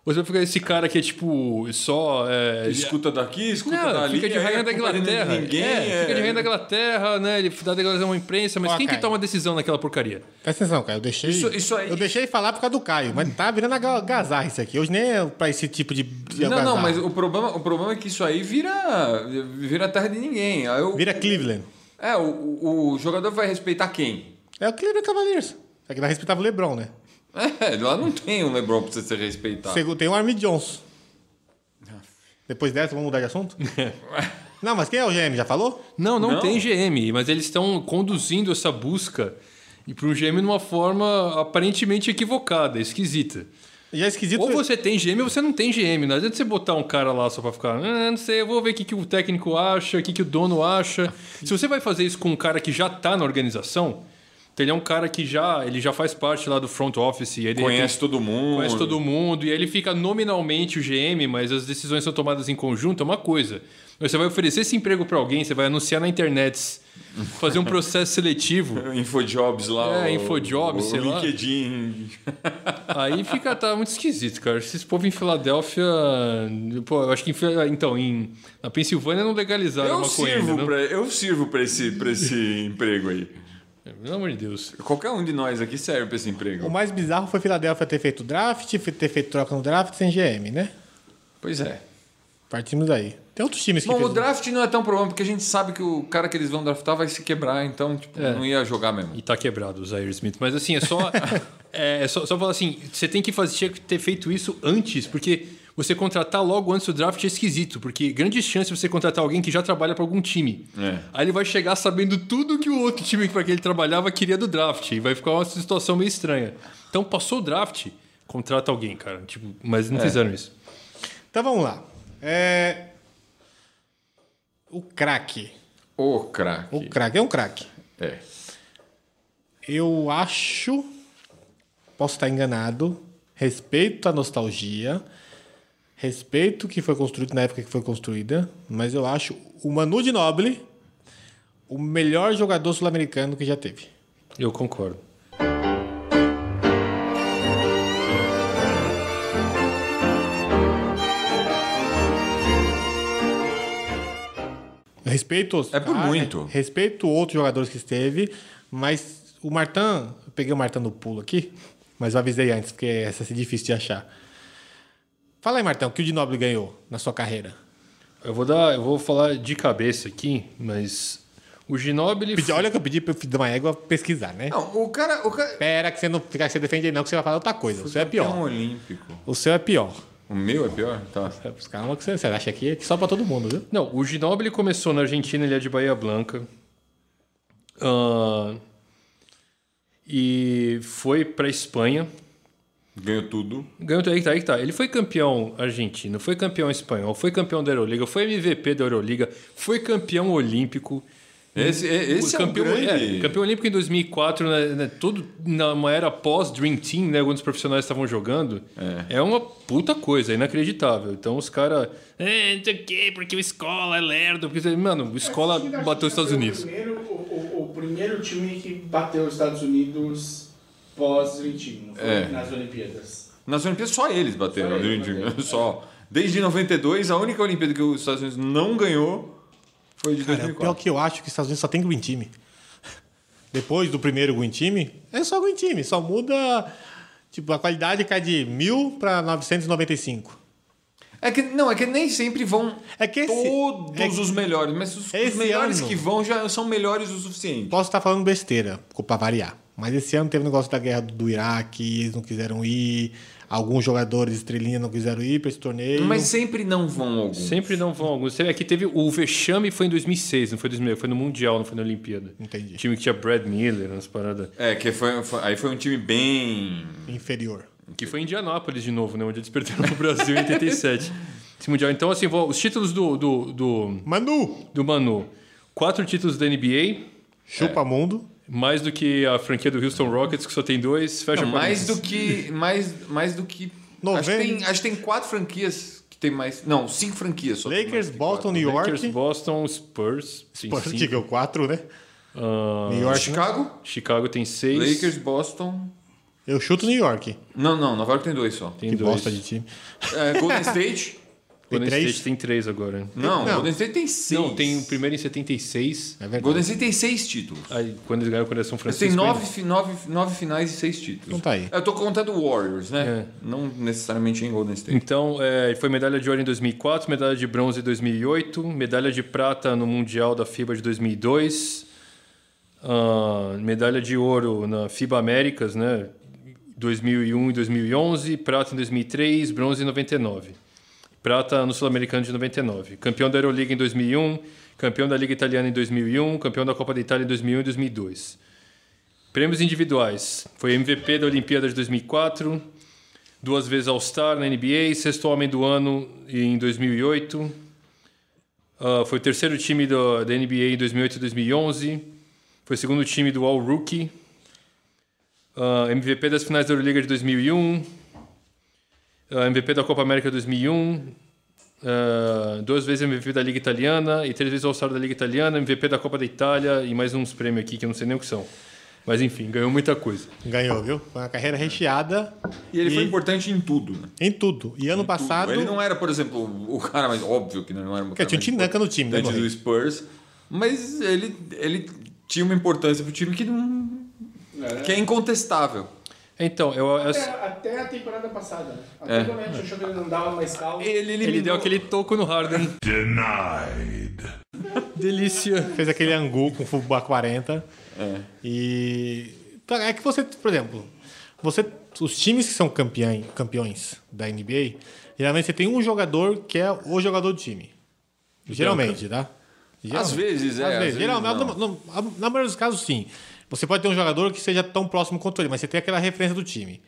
B: ou você vai ficar esse cara que é tipo, só. é,
C: Escuta daqui, escuta
B: não,
C: dali.
B: fica de
C: aí
B: rainha
C: a
B: da
C: tá é, culpa de
B: Inglaterra.
C: Ninguém
B: é,
C: é,
B: Fica de rainha da Inglaterra, né? Ele dá declaração à imprensa, mas
A: Ó,
B: quem que
A: Caio.
B: toma a decisão naquela porcaria?
A: Presta atenção, Caio. Eu deixei.
C: Isso- isso aí-
A: Eu deixei falar por causa do Caio, mas tá virando aga- algazarra isso aqui. Hoje nem é pra esse tipo de. de
C: Não, não,
A: algazarra.
C: mas o problema, o problema é que isso aí vira, vira terra de ninguém. Aí o,
A: Vira Cleveland.
C: É, o, o jogador vai respeitar quem? <laughs>
A: É o Cleveland Cavaliers. Só que não respeitava o LeBron, né?
C: É, lá não tem um LeBron pra você ser respeitado.
A: Segundo, tem o Army Johnson. Depois dessa, vamos mudar de
C: <laughs>
A: assunto? não, mas quem é o GM? Já falou?
B: Não, não,
C: Não.
B: tem GM, mas eles estão conduzindo essa busca e para um GM de uma forma aparentemente equivocada, esquisita.
A: Já é esquisito.
B: Ou você tem GM ou você não tem GM. Não adianta você botar um cara lá só pra ficar. "Ah, não sei, eu vou ver o que, que o técnico acha, o que, que o dono acha. Se você vai fazer isso com um cara que já tá na organização, então ele é um cara que já, ele já faz parte lá do front office. E ele
C: Conhece todo mundo.
B: conhece todo mundo, e aí ele fica nominalmente o GM, mas as decisões são tomadas em conjunto, é uma coisa. Mas Você vai oferecer esse emprego para alguém, você vai anunciar na internet <laughs> Fazer um processo seletivo.
C: Infojobs lá.
B: É,
C: o-
B: Infojobs,
C: o
B: sei lá.
C: LinkedIn.
B: Aí fica tá muito esquisito, cara. Esses povo em Filadélfia. Pô, eu acho que em, Fila- então, em, na Pensilvânia não legalizaram
C: Eu
B: maconha
C: sirvo,
B: ainda, não?
C: pra, eu sirvo pra esse, pra esse emprego aí.
B: Pelo amor de Deus.
C: Qualquer um de nós aqui serve pra esse
A: O
C: emprego.
A: mais bizarro foi Filadélfia ter feito draft, ter feito troca no draft sem GM, né?
C: Pois é.
A: Partimos daí. Tem outros times que
C: Bom, o
A: fizeram-
C: draft não é tão problema, porque a gente sabe que o cara que eles vão draftar vai se quebrar, então tipo,
B: É.
C: não ia jogar mesmo.
B: E tá quebrado o Zaire Smith. Mas assim, é só. <laughs> é, é só, só falar assim: você tem que fazer, tinha que ter feito isso antes, porque você contratar logo antes do draft é esquisito, porque grande chance de você contratar alguém que já trabalha pra algum time.
C: É.
B: Aí ele vai chegar sabendo tudo que o outro time pra que ele trabalhava queria do draft. E vai ficar uma situação meio estranha. Então passou o draft, contrata alguém, cara. Tipo, mas não fizeram isso.
A: Então vamos lá. É... O craque.
C: Ô, craque.
A: O craque é um craque.
C: É.
A: Eu acho. Posso estar enganado. Respeito a nostalgia. Respeito o que foi construído na época que foi construída. Mas eu acho o Manu de Noble o melhor jogador sul-americano que já teve.
B: Eu concordo.
A: Respeito os
C: É por
A: caras,
C: muito.
A: Respeito outros jogadores que esteve, mas o Martin, eu peguei o Martin no pulo aqui, mas eu avisei antes, porque essa é difícil de achar. Fala aí, Martão, o que o Dinobre ganhou na sua carreira?
B: Eu vou dar. Eu vou falar de cabeça aqui, mas. O Ginobili.
A: Pedi- olha que eu pedi pro filho de uma égua pesquisar, né?
C: Não, o cara. O cara
A: Pera que você não que você defende aí não, que você vai falar outra coisa. O seu é
C: é um
A: pior.
C: olímpico.
A: O seu é pior.
C: O meu é pior? Tá.
A: Calma que você, você acha que é só pra todo mundo, viu?
B: Não, o Ginóbili começou na Argentina, ele é de Bahia Blanca. Ah, e foi pra Espanha.
C: Ganhou tudo.
B: Ganhou aí que tá, aí que tá. Ele foi campeão argentino, foi campeão espanhol, foi campeão da Euroliga, foi MVP da Euroliga, foi campeão olímpico.
C: Esse, é- esse é o
B: campeão,
C: grande.
B: é, campeão olímpico em 2004, né, né, tudo numa era pós-Dream Team, né, quando os profissionais estavam jogando, é. uma puta coisa, é inacreditável. Então os caras, é, não sei o quê, porque o Escola é lerdo, porque, mano, o Escola bateu os Estados Unidos.
D: O primeiro, o, o- o primeiro time que bateu os Estados Unidos pós-21, foi
C: É.
D: nas Olimpíadas.
C: Nas Olimpíadas só eles bateram.
D: Só eles
C: gente,
D: bateram.
C: <laughs> só. Desde 92, a única Olimpíada que os Estados Unidos não ganhou foi de
A: Cara, o pior
C: 2004.
A: que eu acho é que os Estados Unidos só tem green time. <laughs> Depois do primeiro green time, é só green time. Só muda... Tipo, a qualidade cai de 1.000 pra 995.
C: É que, não, é que nem sempre vão
A: É que esse-
C: todos
A: é que-
C: os melhores, mas os, os
A: Esse
C: melhores
A: ano-
C: que vão já são melhores o suficiente.
A: Posso estar falando besteira, pra variar. Mas esse ano teve o negócio da guerra do Iraque, eles não quiseram ir. Alguns jogadores estrelinha não quiseram ir pra esse torneio.
C: Mas sempre não vão alguns.
B: Sempre não vão alguns. É que teve o vexame foi em 2006, não foi 2000, foi no Mundial, não foi na Olimpíada.
A: Entendi.
B: Time que tinha Brad Miller, umas paradas.
C: É, que foi, foi- aí foi um time bem.
A: Inferior.
B: Que foi em Indianápolis de novo, né? Onde eles perderam pro Brasil
A: <laughs>
B: em 87. Esse mundial. Então, assim, vou- os títulos do, do, do,
A: Manu!
B: do Manu. Quatro títulos da NBA,
A: Chupa mundo.
B: mais do que a franquia do Houston Rockets, que só tem dois, fecha
C: Não, mais
B: parênteses.
C: do que. Mais, mais do que. Acho que,
A: Noventa.
C: tem, acho que tem quatro franquias que tem mais. Não, cinco franquias só. tem mais
A: Lakers,
C: que
A: Boston,
C: quatro.
A: New York.
B: Lakers, Boston, Spurs. Tem
A: Pô,
B: cinco.
A: diga, o 4, né?
B: Ah,
A: New York. né?
C: Chicago,
B: Chicago tem seis.
C: Lakers, Boston.
A: Eu chuto New York.
C: Não, não, Nova York tem dois só.
B: tem
A: Que
B: dois.
A: bosta de time.
C: É, Golden State.
A: Tem
B: Golden
A: três?
B: State tem três agora. né?
A: Não.
C: Não,
A: um-
C: Golden State tem seis.
B: Não, tem o primeiro em 76.
A: É verdade.
C: Golden State tem seis títulos.
B: Aí, quando eles ganharam quando era São
C: Eles
B: Francisco.
C: têm nove, fi- nove, nove finais e seis títulos.
A: Então tá aí.
C: Eu tô contando Warriors, né?
B: É.
C: Não necessariamente em Golden State.
B: Então, é, foi medalha de ouro em 2004, medalha de bronze em 2008, medalha de prata no Mundial da FIBA de 2002, ah, medalha de ouro na FIBA Américas, né? 2001 e 2011, prata em 2003, bronze em 99. Prata no Sul-Americano de 99. Campeão da Euroliga em 2001, campeão da Liga Italiana em 2001, campeão da Copa da Itália em 2001 e 2002. Prêmios individuais. Foi MVP da Olimpíada de 2004, duas vezes All-Star na NBA, sexto homem do ano em 2008. Ah, foi o terceiro time do- da NBA em 2008 e 2011. Foi o segundo time do All-Rookie. Ah, MVP das finais um. da Euroliga de 2001. Ah, MVP da Copa América 2001. ah, duas vezes MVP da Liga Italiana e três vezes All-Star da Liga Italiana, MVP da Copa da Itália e mais uns prêmios aqui que eu não sei nem o que são. Mas enfim, ganhou muita coisa.
A: Ganhou, viu? Foi uma carreira recheada
C: E ele foi
A: E-
C: importante em tudo, né?
A: em tudo. E ano passado.
C: Ele não era, por exemplo, o cara mais óbvio que não era o
A: Porque
C: cara
A: tinha o
C: mais
A: Tinaca no time, né,
C: importante
A: Morrinho?
C: do Spurs, mas ele, ele tinha uma importância pro time que não
D: É.
C: que é incontestável.
B: Então, eu, eu-
D: Até, até a temporada passada, né? Até
C: É.
D: quando a gente achou que ele não dava mais calma.
C: Ele, eliminou-
B: ele deu aquele toco no Harden. Delícia.
A: fez aquele angu com fubá 40.
C: É.
A: E tá, é que você, por exemplo, você os times que são campeão, campeões da NBA, geralmente você tem um jogador que é o jogador do time. Geralmente, tá? Geralmente.
C: Às vezes, é, às vezes
A: Geralmente,
C: não.
A: no- no- na maioria dos casos, sim. Você pode ter um jogador que seja tão próximo quanto ele, mas você tem aquela referência do time.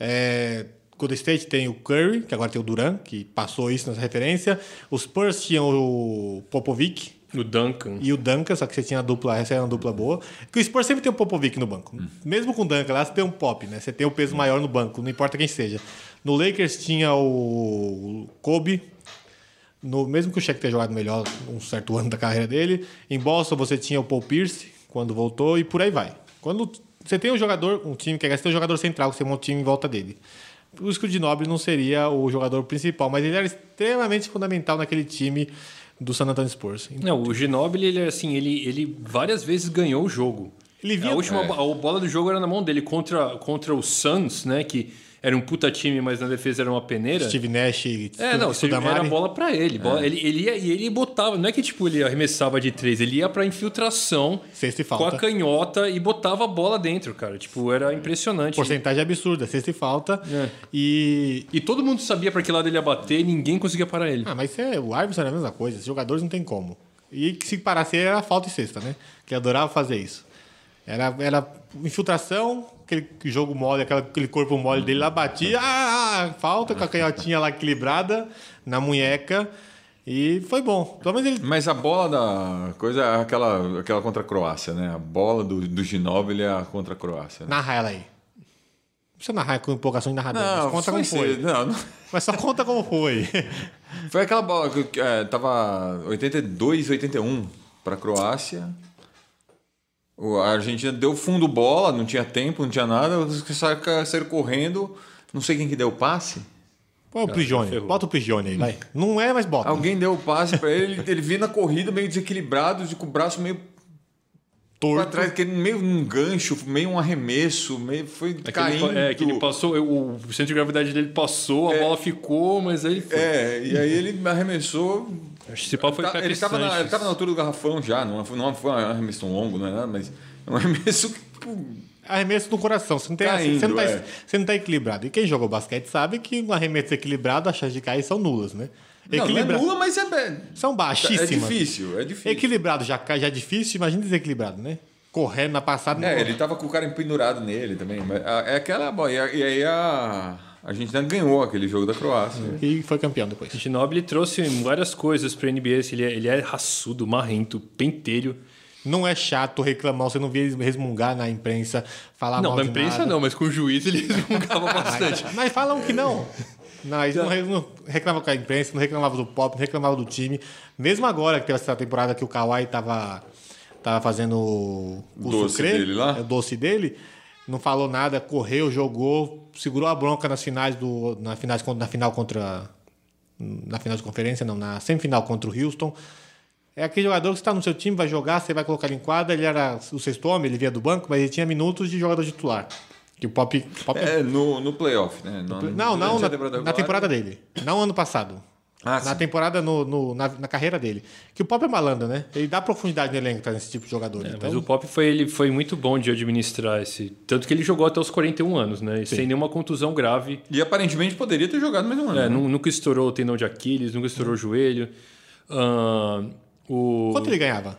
A: É, Golden State tem o Curry, que agora tem o Duran, que passou isso nessa referência. Os Spurs tinham o Popovic,
B: O Duncan.
A: e o Duncan, só que você tinha a dupla, essa era uma dupla boa. Que o Spurs sempre tem o Popovic no banco. Mesmo com o Duncan lá, você tem um pop, né? Você tem o peso maior no banco, não importa quem seja. No Lakers tinha o Kobe. No, mesmo que o Shaq tenha jogado melhor um certo ano da carreira dele. Em Boston você tinha o Paul Pierce, quando voltou, e por aí vai. Quando você tem um jogador, um time que é você tem um jogador central, que você monta um time em volta dele. Por isso que o Dinobre não seria o jogador principal, mas ele era extremamente fundamental naquele time do San Antonio Spurs.
B: Não, o Ginobili, ele era assim, ele, ele várias vezes ganhou o jogo.
A: Ele vinha-
B: a última
C: É.
B: bo- a bola do jogo era na mão dele contra, contra o Suns, né? Que era um puta time, mas na defesa era uma peneira.
A: Steve É. Nash e
B: É, não,
A: Stu-
B: se era
A: Studamari.
B: bola pra ele. bola- ele, ele ia e ele botava. Não é que tipo ele arremessava de três, ele ia pra infiltração
A: Sexta e
B: com
A: falta.
B: a canhota e botava a bola dentro, cara. Tipo, era impressionante.
A: Porcentagem absurda, sexta e falta.
B: É.
A: E.
B: E todo mundo sabia pra que lado ele ia bater e ninguém conseguia parar ele.
A: Ah, mas isso é, o árbitro era a mesma coisa, os jogadores não tem como. E que se parasse ele era falta e sexta, né? Que adorava fazer isso. Era, era infiltração, aquele jogo mole, aquela- aquele corpo mole dele lá
B: É.
A: batia, ah, ah, falta com a canhotinha lá equilibrada na munheca. E foi bom. Pelo menos ele
C: Mas a bola da coisa é aquela, aquela contra a Croácia, né? A bola do, do Ginóbili é a contra a Croácia. Né?
A: narra ela aí. Não precisa narrar com empolgação de narrador, mas conta
C: foi
A: como foi.
C: cedo, não, não.
A: Mas só conta como foi.
C: Foi aquela bola que que, é, tava 82, 81 para um Croácia. O- A Argentina deu fundo bola, não tinha tempo, não tinha nada. Os que saca- saíram correndo. Não sei quem que deu o passe.
A: Põe o Prigione.
B: ferrou.
A: Bota o Prigione aí, vai. Não é, mas bota.
C: Alguém deu o passe para ele. Ele vinha na corrida meio desequilibrado, de- com o braço meio para
A: Torto.
C: trás, que meio um gancho, meio um arremesso, meio foi
B: Aquele,
C: caindo.
B: pa- é, que ele passou, o o centro de gravidade dele passou, a bola ficou, mas aí foi.
C: É, e aí ele arremessou.
B: Esse pau foi
C: Tá-
B: Pepe
C: ele, estava
B: Sanches.
C: na, ele tava na altura do garrafão já, não foi, não foi um arremesso tão longo, não é nada, mas é um <laughs> arremesso que. tipo,
A: Arremesso no coração. Você não, tem,
C: Caindo,
A: você, não tá,
C: é.
A: você não tá equilibrado. E quem jogou basquete sabe que um arremesso equilibrado, as chances de cair são nulas, né?
C: Não, não é
A: Equilibra-
C: nula, mas é, é,
A: São
C: é
A: baixíssimas.
C: difícil, é difícil.
A: Equilibrado já, cai- já é difícil, imagina desequilibrado, né? Correndo na passada. não-
C: É, ele tava com o cara pendurado nele também. mas a- É aquela bola. E a- e aí a, a Argentina ganhou aquele jogo da Croácia.
A: E foi campeão depois.
B: Ginobili trouxe várias coisas pra NBA. assim, Ele é, ele é raçudo, marrento, pentelho.
A: Não é chato reclamar, você não vê resmungar na imprensa, falar
B: não,
A: mal
B: na
A: Tá de
B: imprensa
A: nada.
B: não, mas com o juiz
A: <laughs>
B: ele resmungava bastante.
A: Mas, mas falam que
C: <laughs>
A: não. Não, eles
C: Tá.
A: não, re- não reclamavam com a imprensa, não reclamavam do pop, não reclamavam do time. Mesmo agora que teve essa temporada que o Kawhi tava, tava fazendo o o
C: Doce dele lá?
A: é, O doce dele, não falou nada, correu, jogou, segurou a bronca nas finais do. Na, finais, con- na final contra. Na final de conferência, não, na semifinal contra o Houston. É aquele jogador que está no seu time, vai jogar, você vai colocar ele em quadra. Ele era o sexto homem, ele vinha do banco, mas ele tinha minutos de jogador titular. Que o Pop, Pop
C: É, no, no playoff, né? No-
A: não, não,
C: durante
A: na,
C: a temporada
A: na
C: regular.
A: temporada dele. Não ano passado. na
C: Ah, sim.
A: temporada, no, no- na, na carreira dele. Que o Pop é malandro, né? Ele dá profundidade no elenco pra esse tipo de jogador. então,
B: É, Mas o Pop foi, ele foi muito bom de administrar esse. Tanto que ele jogou até os 41 anos, né? E Sem nenhuma contusão grave.
C: E aparentemente poderia ter jogado mais um ano.
B: É,
C: né?
B: nu- Nunca estourou o tendão de Aquiles, nunca estourou o joelho. Ah, o...
A: Quanto ele ganhava?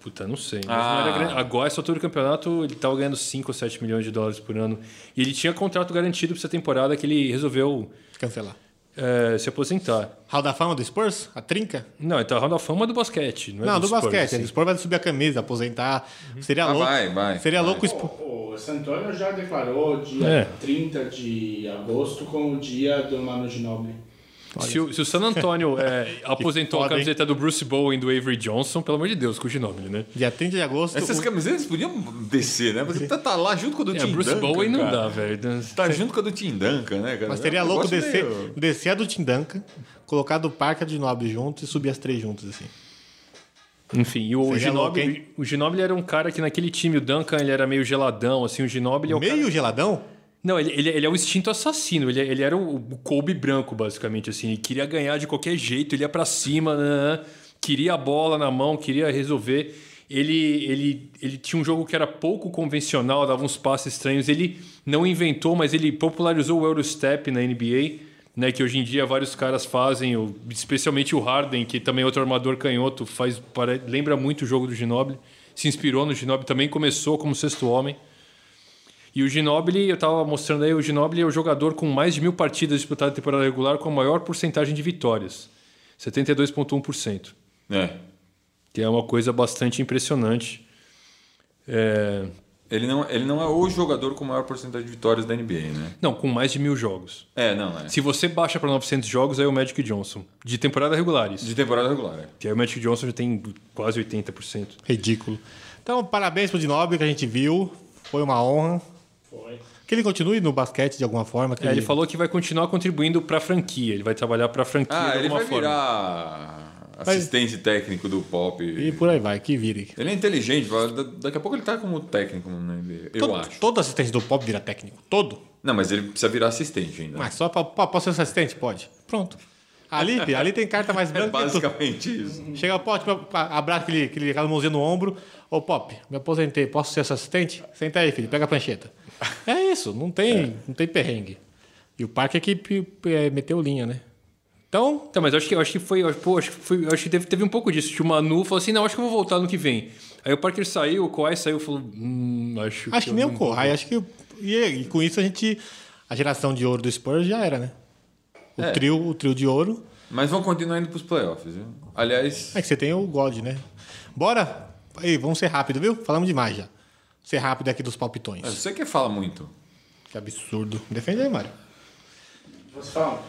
B: Puta, não sei. Mas
C: Ah.
B: não era grande. Agora, essa altura do campeonato, ele tava ganhando 5 ou 7 milhões de dólares por ano. E ele tinha contrato garantido pra essa temporada que ele resolveu
A: Cancelar.
B: eh, se aposentar.
A: Hall da fama do Spurs? A trinca?
B: Não, então a Hall da Fama é do basquete. Não, é
A: Não, do,
B: Spurs, Uhum.
A: basquete.
B: assim.
A: O Spurs vai subir a camisa, aposentar. Seria
C: Ah,
A: louco.
C: vai, vai,
A: Seria
C: vai.
A: louco o Spurs.
D: O, o Santoro já declarou dia
B: É.
D: 30 de agosto como o dia do Manu Ginobili.
B: Se o, se o San
A: <laughs>
B: Antonio é, aposentou a
A: foda, hein?
B: camiseta do Bruce Bowen e do Avery Johnson, pelo amor de Deus, Cuginobili, né?
A: Dia 30 de agosto.
C: Essas
A: o-
C: camisetas podiam descer, né? Você tá, tá lá junto com o do
B: É,
C: Tim
B: Bruce
C: Duncan,
B: Bowen não
C: cara.
B: dá, velho.
C: Tá junto com a do Tim Duncan, né, cara?
A: Mas
C: É
A: teria
C: um
A: louco
C: negócio
A: descer,
C: meio-
A: descer a do Tindanca, colocar a do Parca de Nobre junto e subir as três juntas, assim.
B: Enfim, e o
A: Seria louco,
B: Ginobili,
A: hein?
B: o Ginobili era um cara que naquele time, o Duncan, ele era meio geladão, assim, o Ginobili é o
A: Meio geladão?
B: Não, ele, ele, ele é o instinto assassino. Ele, ele era o, o Kobe branco, basicamente, assim. Ele queria ganhar de qualquer jeito, ele ia pra cima, nananã, queria a bola na mão, queria resolver. Ele, ele, ele tinha um jogo que era pouco convencional, dava uns passes estranhos. Ele não inventou, mas ele popularizou o Eurostep na NBA, né? Que hoje em dia vários caras fazem, o- especialmente o Harden, que também é outro armador canhoto, faz, pare- lembra muito o jogo do Ginobili. Se inspirou no Ginobili, também começou como sexto homem. E o Ginobili, eu tava mostrando aí, o Ginobili é o jogador com mais de mil partidas disputadas na temporada regular com a maior porcentagem de vitórias. 72,1%.
C: É.
B: Que é uma coisa bastante impressionante. É,
C: Ele não, ele não é o jogador com maior porcentagem de vitórias da NBA, né?
B: Não, com mais de mil jogos.
C: É, não, é.
B: Se você baixa para 900 jogos, aí é o Magic Johnson. De temporada regular, isso.
C: De temporada regular, é.
B: Que aí o Magic Johnson já tem quase 80%.
A: Ridículo. Então, parabéns pro Dinobre que a gente viu. Foi uma honra.
D: Foi.
A: Que ele continue no basquete de alguma forma. que
B: É, ele falou que vai continuar contribuindo para a franquia. Ele vai trabalhar para a franquia
C: Ah,
B: de
C: ele
B: alguma
C: vai
B: forma.
C: virar assistente técnico do Pop.
A: E por aí vai, que vire.
C: Ele é inteligente, vai- da- daqui a pouco ele tá como técnico na NBA, eu
A: todo,
C: acho.
A: todo assistente do Pop vira técnico. Todo.
C: Não, mas ele precisa virar assistente ainda.
A: Mas só pra, pra, posso ser assistente? Pode. Pronto. Ali, fi, ali tem carta mais
C: É
A: branca. que tudo.
C: basicamente isso.
A: Chega o Pop, tipo, a- abraça aquele, aquele, aquela mãozinha no ombro. Ô, Pop, me aposentei, posso ser seu assistente? Senta aí, filho, pega a prancheta. É isso, não tem, não tem perrengue. E o Parque é que pi- pi- é, meteu linha, né? Então,
B: Tá, mas eu acho que, eu acho que foi. eu acho- Pô, acho que, foi- eu acho que teve, teve um pouco disso. Tipo, o Manu falou assim: não, acho que eu vou voltar no que vem. Aí o Parker saiu, o Kawhi saiu e falou: hum, acho,
A: acho que
B: eu
A: nem
B: não
A: o Kohai, acho que. E, é, e com isso a gente. A geração de ouro do Spurs já era, né? O,
C: É.
A: trio, o trio de ouro.
C: Mas vão continuar indo pros playoffs, viu? Aliás,
A: É que você tem o God, né? Bora! Aí, vamos ser rápido, viu? Falamos demais já. Ser rápido é aqui dos palpitões.
C: é, você que fala muito. É.
A: Que absurdo. Defende aí, Mário.
D: Posso falar?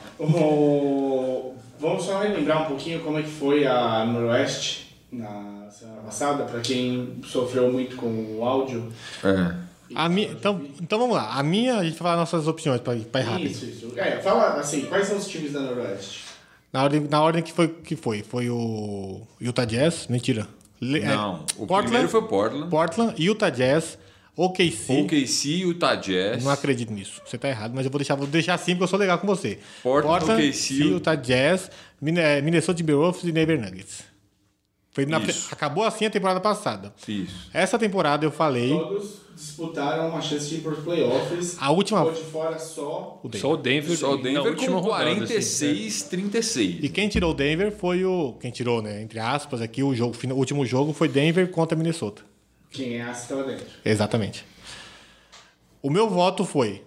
D: O- Vamos só relembrar um pouquinho como é que foi a Noroeste na semana passada, para quem sofreu muito com o áudio.
C: É.
A: A minha, então, então vamos lá. A minha, a gente vai falar nossas opções para ir pra ir rápido.
D: Isso, isso. É, fala assim, quais são os times da Noroeste?
A: Na ordem, na ordem que, foi, que foi. Foi o Utah Jazz, mentira. Le-
C: Não,
A: é,
C: o primeiro foi o Portland.
A: Portland, Utah Jazz, OKC.
C: O KC, Utah Jazz.
A: Não acredito nisso. Você tá errado, mas eu vou deixar, vou deixar assim porque eu sou legal com você.
C: Portland, OKC,
A: Utah Jazz, Min- eh, Minnesota Timberwolves e Denver Nuggets. Foi na-
C: Isso.
A: acabou assim a temporada passada.
C: Isso.
A: Essa temporada eu falei
D: Todos disputaram uma chance de ir para os playoffs.
A: A última-
D: Ficou de fora só
A: o Denver.
B: Só o Denver.
C: Só o
B: na
C: Denver
B: última
C: com
B: rodada, assim,
C: 46,
A: E
C: 36.
A: quem tirou o Denver foi o. Quem tirou, né? Entre aspas, aqui o jogo, o último jogo foi Denver contra Minnesota.
D: quem é essa estava dentro.
A: Exatamente. O meu voto foi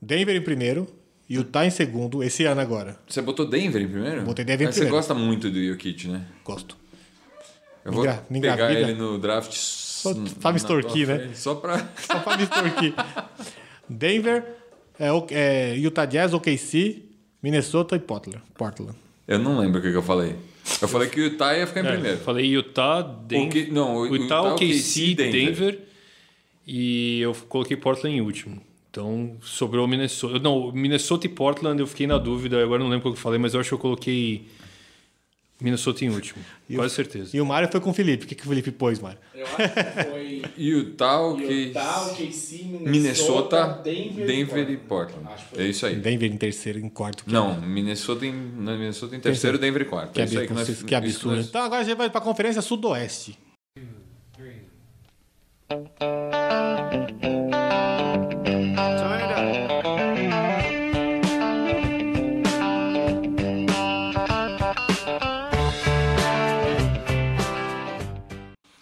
A: Denver em primeiro, Utah em segundo, esse ano agora.
C: Você botou Denver em primeiro?
A: Botei Denver em
C: É,
A: primeiro.
C: Você gosta muito do Jokic, né?
A: Gosto.
C: Eu vou
A: Engra- me
C: pegar
A: engravida.
C: ele no draft. Só
A: pra me extorquir, né?
C: Só pra.
A: <laughs> Só pra me extorquir. Denver, é, o- é, Utah Jazz, OKC, Minnesota e Portland. Portland.
C: Eu não lembro o que, que eu falei. Eu falei que o Utah ia ficar em
B: né? É,
C: primeiro.
B: Falei Utah, Denver.
C: que- não, o-
B: Utah,
C: Utah,
B: OKC,
C: OKC,
B: Denver.
C: Denver.
B: E eu coloquei Portland em último. Então sobrou Minnesota. Não, Minnesota e Portland eu fiquei na dúvida. Agora eu não lembro o que eu falei, mas eu acho que eu coloquei Minnesota em último. Quase certeza.
A: E o Mário foi com o Felipe. O que, que o Felipe pôs, Mário?
D: Eu acho que <laughs> foi
C: Utah, OKC,
D: Utah, OKC, Minnesota,
C: Minnesota, Denver, e Portland.
D: Acho que foi.
C: É isso aí.
A: Denver em terceiro, em quarto. que-
C: Não, Minnesota em, na- Minnesota em terceiro, Denver em quarto.
A: Que,
C: é isso aí que, nós,
A: absurdo. que
C: isso
A: absurdo.
C: nós-
A: Então agora a gente vai pra Conferência Sudoeste.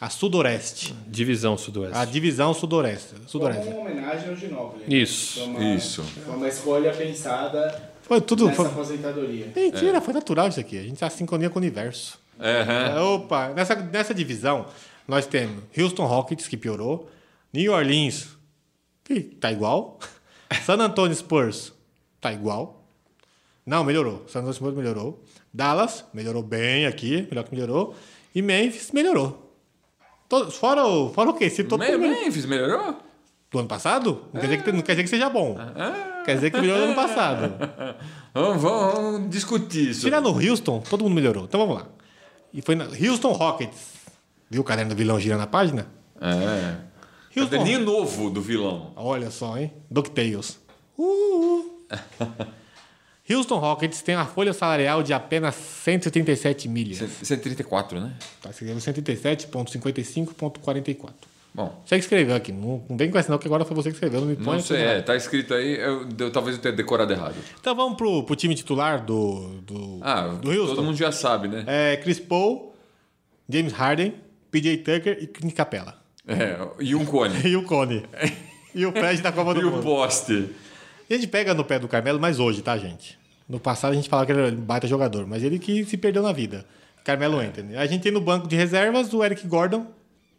A: A Sudoreste.
B: Divisão Sudoeste.
A: A divisão Sudoreste.
D: Como Então, uma
A: Sudoreste.
D: homenagem ao Ginóbili. né?
B: Isso,
D: Foi uma-
C: isso.
D: Foi uma escolha pensada
A: Foi tudo.
D: nessa
A: Foi...
D: aposentadoria.
A: Mentira, foi natural isso aqui. A gente tá em sincronia com o universo.
C: Aham.
A: Opa, nessa, nessa divisão nós temos Houston Rockets, que piorou, New Orleans, que tá igual, San Antonio Spurs, tá igual, Não, melhorou. San Antonio Spurs melhorou. Dallas melhorou bem aqui, melhor que melhorou. E Memphis melhorou. Todos, fora o, fora o KC, todo
C: Me-
A: mundo melhorou.
C: Memphis melhorou?
A: Do ano passado? Não quer, dizer que, não quer dizer que seja bom. Quer dizer que melhorou do ano passado.
C: Vamos, vamos, vamos discutir isso.
A: Tirando o Houston, todo mundo melhorou. Então vamos lá. E foi na Houston Rockets. Viu o caderno do vilão girando a página?
C: É.
A: Houston
C: Caderninho novo do vilão.
A: Olha só, hein? DuckTales.
C: <laughs>
A: Uhul. Houston Rockets tem uma folha salarial de apenas 137 milhas.
C: 134, né?
A: Tá, escreveu 137.55.44.
C: Bom,
A: Você que escreveu aqui. Não, não vem com essa não, que agora foi você que escreveu. Não me põe
C: não
A: essa
C: sei,
A: não.
C: é, tá escrito aí, eu, eu- talvez eu tenha decorado errado.
A: Então vamos pro, pro time titular do, do,
C: Ah,
A: do Houston.
C: todo mundo já sabe, né?
A: É, Chris Paul, James Harden, PJ Tucker e Clint Capella. <laughs>
C: É, e um cone.
A: E o
C: <laughs>
A: Cone. e o Fred da Copa do
C: e o
A: Mundo.
C: poste.
A: A gente pega no pé do Carmelo, mas hoje, tá, gente? No passado a gente falava que ele era um baita jogador, mas ele que se perdeu na vida. Carmelo
C: É.
A: Anthony. A gente tem no banco de reservas o Eric Gordon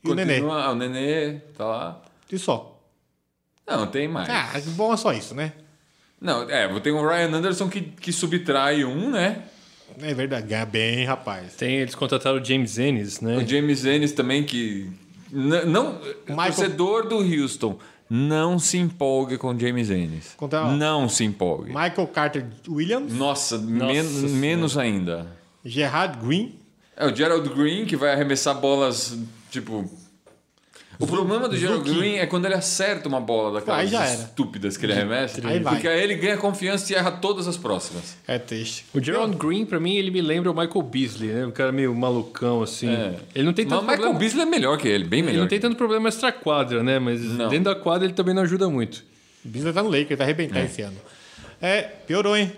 A: e o Nenê.
C: Continua, ah, o Nenê tá lá.
A: E só.
C: Não, tem mais.
A: Ah, bom é só isso, né?
C: Não, é, tem o Ryan Anderson que, que subtrai um, né?
A: É verdade. Ganha bem, rapaz.
B: Tem, eles contrataram o James Ennis, né?
C: O James Ennis também que... n- Não,
A: Michael-
C: torcedor do Houston, não se empolgue com o James Ennis.
A: Contra-
C: Não se empolgue.
A: Michael Carter Williams,
C: Nossa, men-
B: Senhora.
C: menos ainda.
A: Gerard Green.
C: É o Gerald Green que vai arremessar bolas, tipo... O problema do Gerald
A: Zuki.
C: Green é quando ele acerta uma bola
A: Aí já
C: daquelas
A: era.
C: estúpidas que ele arremessa.
A: Aí vai.
C: Porque aí ele ganha confiança e erra todas as próximas.
A: É triste.
B: O Gerald Green, pra mim, ele me lembra o Michael Beasley, né? Um cara meio malucão, assim.
C: É.
B: Ele não tem
C: Mas
B: tanto
C: o Michael
B: problema...
C: Beasley é melhor que ele, bem
B: Ele
C: melhor.
B: não tem
C: que
B: tanto problema extra-quadra, né? Mas
C: Não.
B: dentro da quadra ele também não ajuda muito.
A: Bisley tá no Lakers, vai arrebentar esse ano. É, piorou, hein?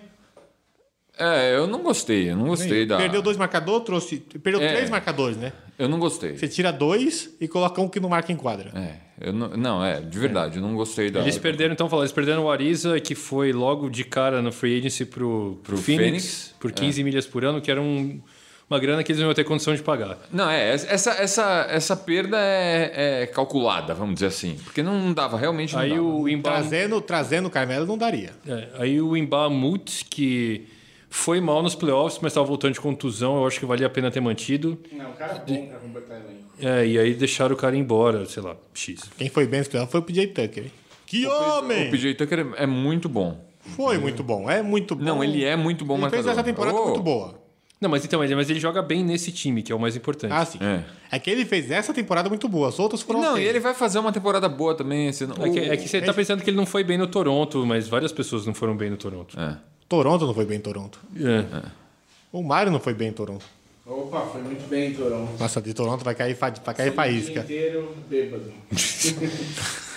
C: É, eu não gostei, eu não gostei da.
A: Perdeu dois marcadores, trouxe. Perdeu
C: É.
A: três marcadores, né?
C: Eu não gostei.
A: Você tira dois e coloca um que não marca em quadra.
C: É, eu não, não, é, de verdade, eu não gostei da.
B: Eles perderam, então, falar, eles perderam o Ariza, que foi logo de cara no free agency pro, pro,
C: Pro
B: Phoenix,
C: Phoenix, é.
B: por 15 milhas por ano, que era um- uma grana que eles não iam ter condição de pagar.
C: Não, é, essa, essa, essa perda é, é calculada, vamos dizer assim. Porque não dava, realmente não
B: Aí
C: dava.
B: o Embalm
A: Trazendo, trazendo o Carmelo não daria.
B: É, aí o Embamut, que foi mal nos playoffs, mas estava voltando de contusão, eu acho que valia a pena ter mantido.
D: Não, o cara é bom pra completar elenco.
B: É, e aí deixaram o cara embora, sei lá, X.
A: Quem foi bem nesse playoff foi o PJ Tucker. hein? Que homem!
C: O PJ Tucker é- é muito bom.
A: Foi muito bom, é muito bom.
C: Não, ele é muito bom
A: Ele fez
C: marcador.
A: essa temporada
C: Oh,
A: muito boa.
B: Não, mas então, mas mas ele joga bem nesse time, que é o mais importante.
A: Ah, sim. É. que ele fez essa temporada muito boa, as outras foram.
C: Não,
A: ok.
C: e ele vai fazer uma temporada boa também. assim, Esse, ano.
B: é, que, é que você tá pensando que ele não foi bem no Toronto, mas várias pessoas não foram bem no Toronto.
C: É.
A: Toronto não foi bem em Toronto.
B: É.
A: O Mário não foi bem em Toronto.
D: Opa, foi muito bem em Toronto.
A: Nossa, de Toronto vai cair, fa... vai cair
D: O dia
A: faísca.
D: inteiro bêbado.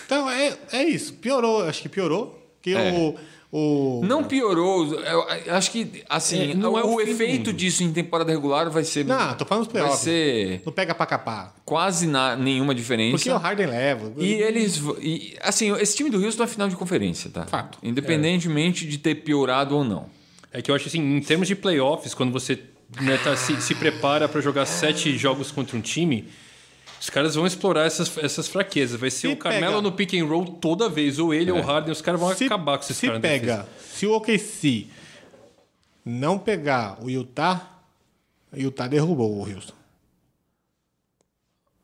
A: Então, é, é isso. Piorou, acho que piorou. Que
C: É.
A: o. o...
C: Não piorou. é, eu acho que, assim,
B: É, não é
C: o,
B: o fim do
C: efeito
B: mundo. é
C: disso em temporada regular vai ser.
A: Não, tô falando dos
C: vai
A: playoffs.
C: ser
A: Não pega pra capar.
C: quase na- nenhuma diferença.
A: Porque o Harden leva.
C: E eles. v- E, assim, esse time do Houston é final de conferência, tá?
A: Fato.
C: Independentemente de ter piorado ou não.
B: É que eu acho assim, em termos de playoffs, quando você né, tá- se, se prepara para jogar sete jogos contra um time, os caras vão explorar essas, essas fraquezas. Vai ser
A: Se
B: o Carmelo
A: pega-
B: no pick and roll toda vez, ou ele ou o Harden, os caras vão
A: se,
B: acabar com esses
A: se
B: caras. na defesa.
A: pega, se o OKC não pegar o Utah, o Utah derrubou o Houston.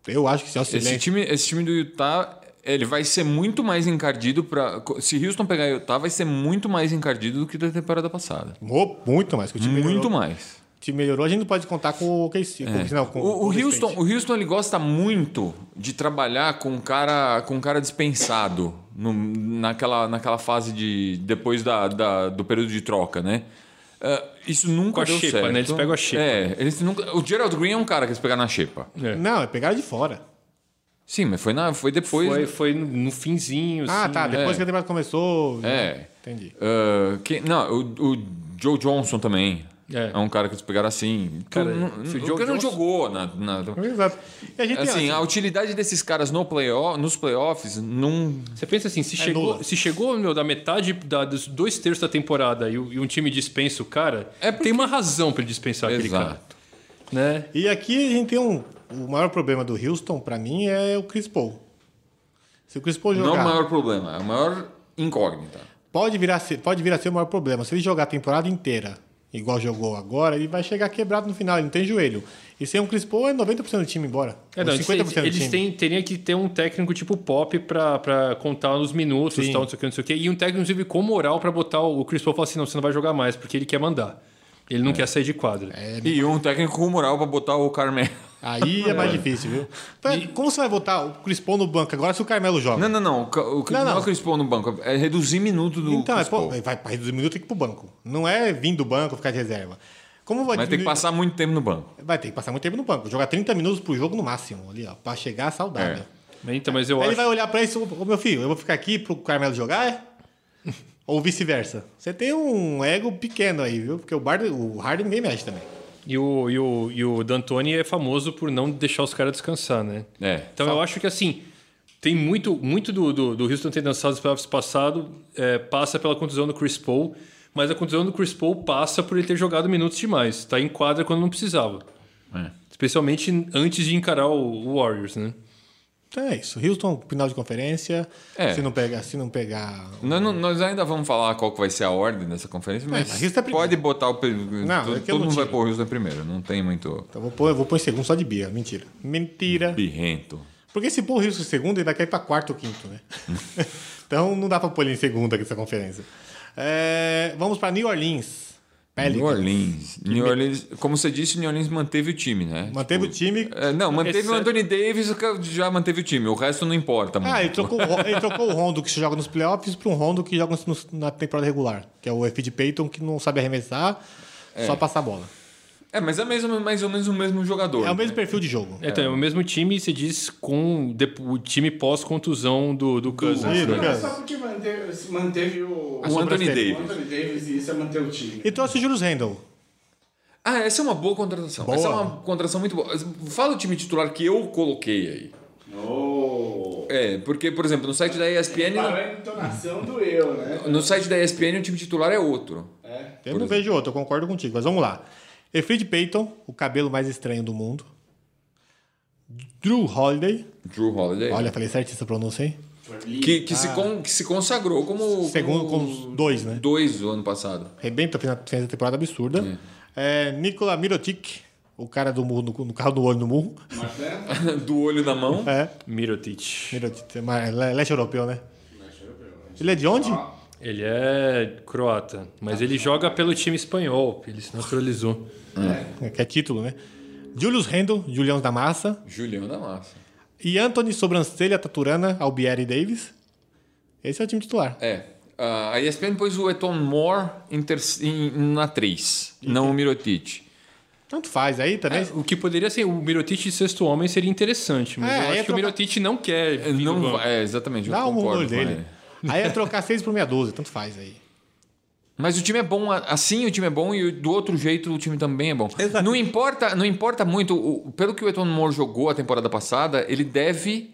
A: Eu acho que se é o
C: Esse
A: silêncio.
C: time, esse time do Utah. Ele vai ser muito mais encardido para Se Houston pegar Utah, vai ser muito mais encardido do que da temporada passada.
B: Tipo,
A: Mo- Muito mais. Que o time
C: Muito
A: melhorou.
C: mais. É.
A: O time melhorou, a gente não pode contar com o OKC. com o- não, com
C: O, o
A: Golden
C: Houston,
A: State.
C: o Houston ele gosta muito de trabalhar com um cara, com um cara dispensado no- naquela, naquela fase de depois da, da- do período de troca, né? Ah, isso nunca
B: Com a
C: deu
B: xepa,
C: certo.
B: né? Eles pegam a xepa.
C: É, eles nunca, o Gerald Green é um cara que eles pegaram na xepa.
B: É.
A: Não, pegaram de fora.
C: Sim, mas foi, na, foi depois.
B: Foi, foi no- no finzinho,
A: Ah,
B: assim,
A: tá.
B: né?
A: Depois
C: é.
A: que a temporada começou.
C: É.
A: Entendi.
C: Ah, quem- não, o, o Joe Johnson também.
B: É.
C: É. um cara que eles pegaram assim.
B: Cara,
C: Não-
B: se o
C: o
B: Joe
C: cara não
B: Johnson-
C: jogou na- na
A: Exato. E a gente tem,
C: assim,
A: assim,
C: a utilidade desses caras no playoff, nos playoffs não
B: Você pensa assim,
A: É
B: se chegou,
A: nula.
B: se chegou meu, da metade da, dos dois terços da temporada e, o- e um time dispensa o cara,
C: É porque-
B: tem uma razão pra ele dispensar
C: Exato.
B: aquele cara. Né?
A: E aqui a gente tem um. O maior problema do Houston, pra mim, é o Chris Paul. Se o Chris Paul
C: Não é
A: jogar.
C: o maior problema, é o maior incógnita.
A: pode, virar, ser- pode vir a ser o maior problema. Se ele jogar a temporada inteira, igual jogou agora, ele vai chegar quebrado no final, ele não tem joelho. E sem um Chris Paul é 90% do time embora.
B: É, não,
A: Ou
B: eles,
A: 50% do
B: eles
A: time.
B: têm, teriam que ter um técnico tipo pop pra, pra contar os minutos,
A: Sim.
B: tal, não sei o que, não sei o que. E um técnico, inclusive, com moral pra botar o Chris Paul e falar assim: não, você não vai jogar mais, porque ele quer mandar. Ele não quer sair de quadra.
A: É,
C: E um técnico com moral pra botar o Carmelo.
A: Aí é mais difícil, viu? Então, Como você vai botar o Chris Paul no banco agora se o Carmelo joga?
C: Não, não, não. O, Ca- o, Cri-
A: Não,
C: não,
A: não.
C: é o Chris Paul no banco. É reduzir minuto do
A: Então, é,
C: Chris
A: pô,
C: Paul.
A: vai para reduzir minuto tem que ir pro banco. Não é vir do banco ficar de reserva. Como vai
C: Mas tem que
A: diminuir-
C: passar muito tempo no banco.
A: Vai ter que passar muito tempo no banco. Jogar 30 minutos por jogo no máximo ali, ó, pra chegar saudável.
B: Então, mas eu
A: Aí
B: acho.
A: ele vai olhar pra isso, ô meu filho, eu vou ficar aqui pro Carmelo jogar? é?
C: <laughs>
A: Ou vice-versa. Você tem um ego pequeno aí, viu? Porque o, Bard, o Harden ninguém mexe também.
B: E o, e, o, e o D'Antoni é famoso por não deixar os caras descansar, né?
C: É.
B: Então eu acho que assim, tem muito, muito do, do, do Houston ter dançado os playoffs passado, é, passa pela contusão do Chris Paul, mas a contusão do Chris Paul passa por ele ter jogado minutos demais. Tá em quadra quando não precisava. Especialmente antes de encarar o, o Warriors, né?
A: Então é isso. Houston, final de conferência.
C: É.
A: Se não pegar. Se não pegar.
C: Nós, não- nós ainda vamos falar qual que vai ser a ordem dessa conferência, mas,
A: mas Houston é primeiro.
C: pode botar o. pe- todo
A: é que eu
C: todo
A: não
C: mundo vai
A: tiro.
C: pôr o Houston primeiro. Não tem muito
A: Então eu vou pôr, eu vou pôr em segundo só de Bia. Mentira. Mentira.
C: birrento.
A: Porque se pôr o Houston em segundo, ele vai cair pra quarto ou quinto,
C: <laughs>
A: né? então não dá pra pôr ele em segundo aqui nessa conferência. É, vamos pra New Orleans.
C: New
A: Pelicans.
C: Orleans. New Orleans, como você disse, New Orleans manteve o time, né?
A: Manteve o time.
C: É, não, manteve
B: Exceto-
C: o Anthony Davis, o cara já manteve o time. O resto não importa. muito.
A: Ah, ele trocou, o Ron- ele trocou o Rondo que se joga nos playoffs para um Rondo que joga nos- na temporada regular, que é o F de Peyton que não sabe arremessar, só passar a bola.
C: É, mas é mesmo, mais ou menos o mesmo jogador.
A: É o mesmo
C: né?
A: perfil de jogo.
B: Então, é o mesmo time, se diz, com dep- o time pós-contusão do, do Cousins.
A: Ih,
B: né?
A: do
D: Não,
A: Cousins.
D: só porque manteve, se manteve o,
C: O Anthony
D: o
C: Davis.
D: Anthony Davis e isso é manter o time.
A: E trouxe o Julius Randle.
C: Ah, essa é uma boa contratação. Essa é
A: Boa.
C: uma contratação muito boa. Fala o time titular que eu coloquei aí.
D: Oh.
C: É, porque, por exemplo, no site da
D: Parou
C: ESPN.
D: a entonação do eu, né?
C: No site da ESPN o time titular é outro.
D: É.
A: Eu não vejo outro, eu concordo contigo, mas vamos lá. Efrid Peyton, o cabelo mais estranho do mundo. Drew Holiday.
C: Drew Holiday.
A: Olha, falei certinho essa pronúncia, hein?
D: Foi lindo.
C: Que, que, se, con- que se consagrou como.
A: Segundo com
C: como
A: os dois, né?
C: dois do ano passado. <laughs>
A: Rebenta, fez uma- fez uma temporada absurda. É, Nikola Mirotic, o cara do murro, no, no carro do olho no murro.
D: Mas, né?
C: do olho na mão.
A: É,
B: Mirotic.
A: Mirotic, é mais- le- leste europeu, né?
C: né?
A: Ele é de onde?
C: Ah.
B: Ele é croata, mas ele joga pelo time espanhol. Ele se naturalizou.
A: É, que é título, né? Julius Randle, Julião da Massa.
C: Julião da Massa.
A: E Anthony Sobrancelha Taturana, Albieri Davis. Esse é o time titular.
C: É. Ah, a ESPN pôs o Eton Moore em ter- em- na 3, não o Mirotic.
A: Tanto faz aí
C: É,
A: também.
B: O que poderia ser o Mirotic de sexto homem seria interessante, mas
A: É,
B: eu
A: aí
B: acho
A: é
B: que o
A: troca-
B: Mirotic não quer. vir do
C: Não,
B: banco.
C: vai- é, exatamente, eu
A: Dá um
C: concordo
A: olho
C: com
A: dele.
C: ele. <laughs>
A: Aí é trocar 6 por meia 12, tanto faz aí.
C: Mas o time é bom, a- assim o time é bom e do outro jeito o time também é bom. Não importa, não importa muito, o- pelo que o Eton Moore jogou a temporada passada, ele deve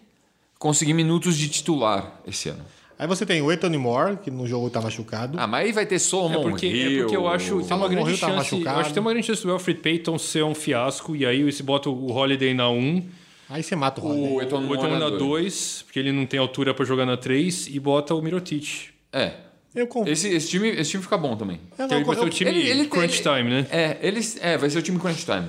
C: conseguir minutos de titular esse ano.
A: Aí você tem o Anthony Moore, que no jogo tá machucado.
C: Ah, mas aí vai ter Solomon
B: É porque,
C: Hill.
B: é porque eu acho tem uma
A: Salomon
B: grande
A: Hill tá
B: chance. eu
A: machucado.
B: acho que tem uma grande chance do Alfred Payton ser um fiasco. E aí se bota o Holiday na 1,
A: Aí você mata o Holiday.
C: o Eton
B: o
C: Moore é
B: Eton é na
C: Um dois.
B: 2, porque ele não tem altura pra jogar na 3, e bota o Mirotic.
C: É.
A: Eu con-
C: Esse, esse time, esse time fica bom também.
A: eu
B: Então
A: não-
B: ele vai ser o
A: eu-
B: time
C: ele- ele tem-
B: crunch time, né?
C: É, eles, é, vai ser o time Crunch Time.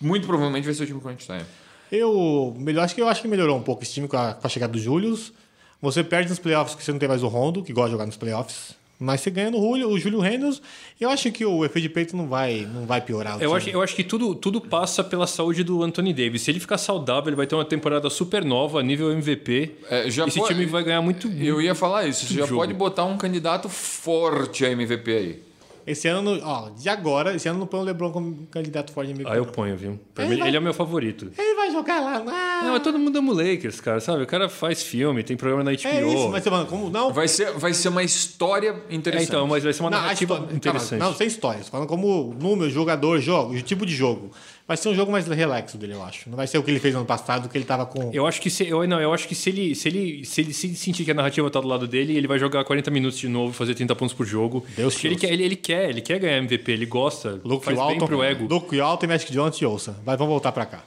C: Muito provavelmente vai ser o time Crunch Time.
A: Eu melhor, acho que eu acho que melhorou um pouco esse time com a, com a chegada do Julius. Você perde nos playoffs que você não tem mais o Rondo, que gosta de jogar nos playoffs. Mas você ganha no Julio, o Júlio Reynolds. Eu acho que o efeito de peito não vai, não vai piorar. o
B: Eu
A: time.
B: acho, eu acho que tudo, tudo passa pela saúde do Anthony Davis. Se ele ficar saudável, ele vai ter uma temporada super nova, nível MVP.
C: É, já
B: Esse
C: pô-
B: time vai ganhar muito.
C: Eu ia falar isso. Você já
B: jogo.
C: pode botar um candidato forte a MVP aí.
A: Esse ano, ó, de agora, esse ano não põe o LeBron como candidato forte de MVP.
B: Ah, eu ponho, viu? Pra
A: Ele
B: mim,
A: vai-
B: ele é o meu favorito.
A: Ele vai jogar lá. Ah,
B: Não, mas todo mundo ama o Lakers, cara, sabe? O cara faz filme, tem programa na HBO.
A: é isso, mas você fala, como não?
C: Vai ser, vai ser uma história
B: É,
C: interessante.
B: então, mas vai ser uma
A: Não, a
B: narrativa
A: história-
B: interessante.
A: Calma, não, sem histórias. Falando como número, jogador, jogo, o tipo de jogo. Vai ser um jogo mais relaxo dele, eu acho. Não vai ser o que ele fez ano passado, que ele tava com.
B: Eu acho que se, eu, não, eu acho que se ele, se ele se ele se sentir que a narrativa tá do lado dele, ele vai jogar 40 minutos de novo, fazer 30 pontos por jogo.
A: Deus
B: Porque ele
A: Deus.
B: quer, ele, ele quer, ele quer ganhar MVP, ele gosta,
A: Luke
B: faz
A: Walton,
B: bem pro ego.
A: Luke Walton e Magic Johnson e ouça. Mas vamos voltar pra cá.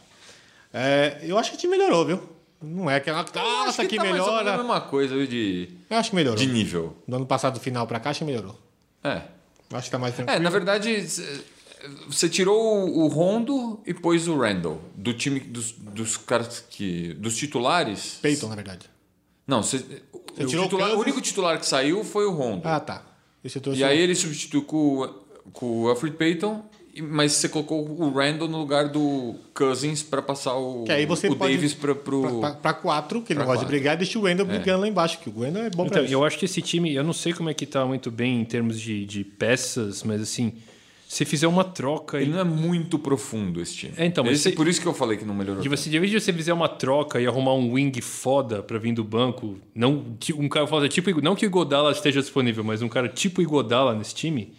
A: É, eu acho que o time melhorou, viu? Não é aquela.
C: Eu acho
A: Nossa, que,
C: tá mais ou menos
A: melhora.
C: a mesma coisa viu, de,
A: Eu acho que melhorou.
C: de nível.
A: Do ano passado final pra cá, acho que melhorou.
C: É.
A: Eu acho que tá mais tranquilo.
C: É, na verdade, c- você tirou o Rondo e pôs o Randall. Do time dos, dos caras que. dos titulares.
A: Peyton, na verdade.
C: Não, você. o,
A: tirou o
C: titular- o
A: Cousins.
C: único titular que saiu foi o Rondo.
A: Ah, tá. Esse eu trouxe.
C: E aí ele substituiu com, o- com o Alfred Payton, e- mas você colocou o Randall no lugar do Cousins pra passar o,
A: Que aí você
C: o
A: pode-
C: Davis pra, pro.
A: Pra, pra- pra quatro, que ele
C: Pra
A: não gosta de
C: quatro.
A: brigar, e deixa o Wendel brigando lá embaixo, que o Wendel é bom pra
B: Então,
A: isso.
B: eu acho que esse time, eu não sei como é que tá muito bem em termos de, de peças, mas assim, se fizer uma troca e
C: Ele não é muito profundo esse time.
B: É, então, mas
C: esse,
B: se-
C: Por isso que eu falei que não melhorou.
B: De
C: tanto.
B: você, de vez de você fizer uma troca e arrumar um wing foda pra vir do banco, não ti- um cara foda tipo não que o Godala esteja disponível, mas um cara tipo Igodala nesse time,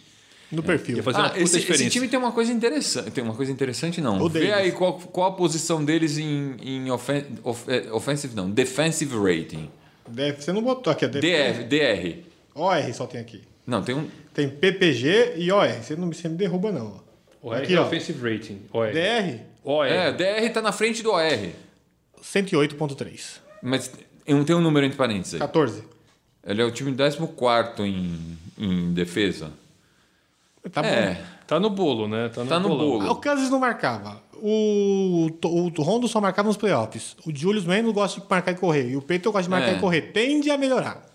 A: No perfil.
B: ia fazer uma
C: Ah,
B: puta
C: esse, esse
B: diferença.
C: time tem uma coisa interessante. Tem uma coisa interessante, não.
A: O
C: Vê
A: Davis.
C: aí qual, qual a posição deles em, em ofen- of- eh, offensive, não. Defensive rating.
A: Deve- você não botou aqui, é DF.
C: DR, DR.
A: OR só tem aqui.
C: Não, tem um.
A: Tem PPG e OR. Você não me, você me derruba, não. ó.
B: OR
A: aqui,
B: é
A: ó.
B: offensive rating. OR.
A: DR,
B: OR.
C: É, DR tá na frente do OR.
A: 108.3.
C: Mas não tem um número entre parênteses aí.
A: 14.
C: Ele é o time 14 em, em defesa.
A: Tá bom.
C: é,
B: Tá no bolo, né? Tá no,
C: tá no
B: bolão.
C: bolo.
A: Ah, O Kansas não marcava. O, o, o Rondo só marcava nos playoffs. O Julius Randle gosta de marcar e correr. E o Peyton gosta de marcar
C: É.
A: e correr. Tende a melhorar.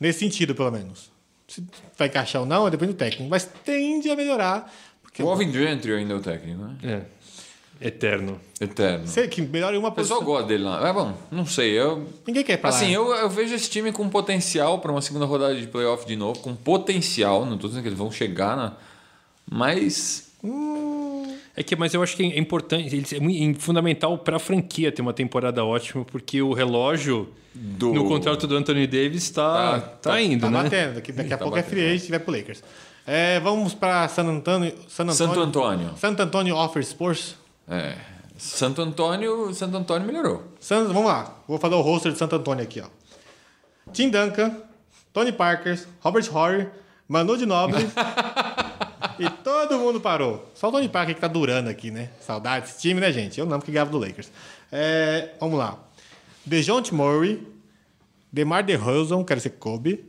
A: Nesse sentido, pelo menos. Se vai encaixar ou não, é depende do técnico. Mas tende a melhorar. Porque
C: O Alvin Gentry ainda é o técnico, né?
B: É. Eterno.
C: Eterno.
A: sei que melhora em uma
C: O pessoal
A: posição.
C: gosta dele lá. É bom, não sei. Eu,
A: Ninguém quer ir pra lá. né?
C: assim, eu, eu vejo esse time com potencial pra uma segunda rodada de playoff de novo. Com potencial, não tô dizendo que eles vão chegar na. Mas.
B: É que, mas eu acho que é importante, eles- é mui- fundamental pra franquia ter uma temporada ótima, porque o relógio
C: Do-
B: no contrato do Anthony Davis tá, tá,
C: Tá-
B: indo,
A: Tá
B: né?
A: batendo.
C: <laughs>
A: Daqui, daqui a
C: Tá
A: pouco é
C: batendo.
A: free agent e vai pro Lakers. É, vamos pra San Antonio. San Antonio.
C: Santo Antônio.
A: Santo Antônio Offers Sports.
C: É. Santo Antônio, Santo Antônio melhorou.
A: Santos, vamos lá. Vou fazer o roster de Santo Antônio aqui, ó. Tim Duncan, Tony Parker, Robert Horry, Manu de Nobre. e todo mundo parou. Só o Tony Parker que tá durando aqui, né? Saudade desse time, né, gente? Eu não, porque ganhava do Lakers. É, vamos lá. DeJounte Murray, DeMar DeRozan, quero ser Kobe,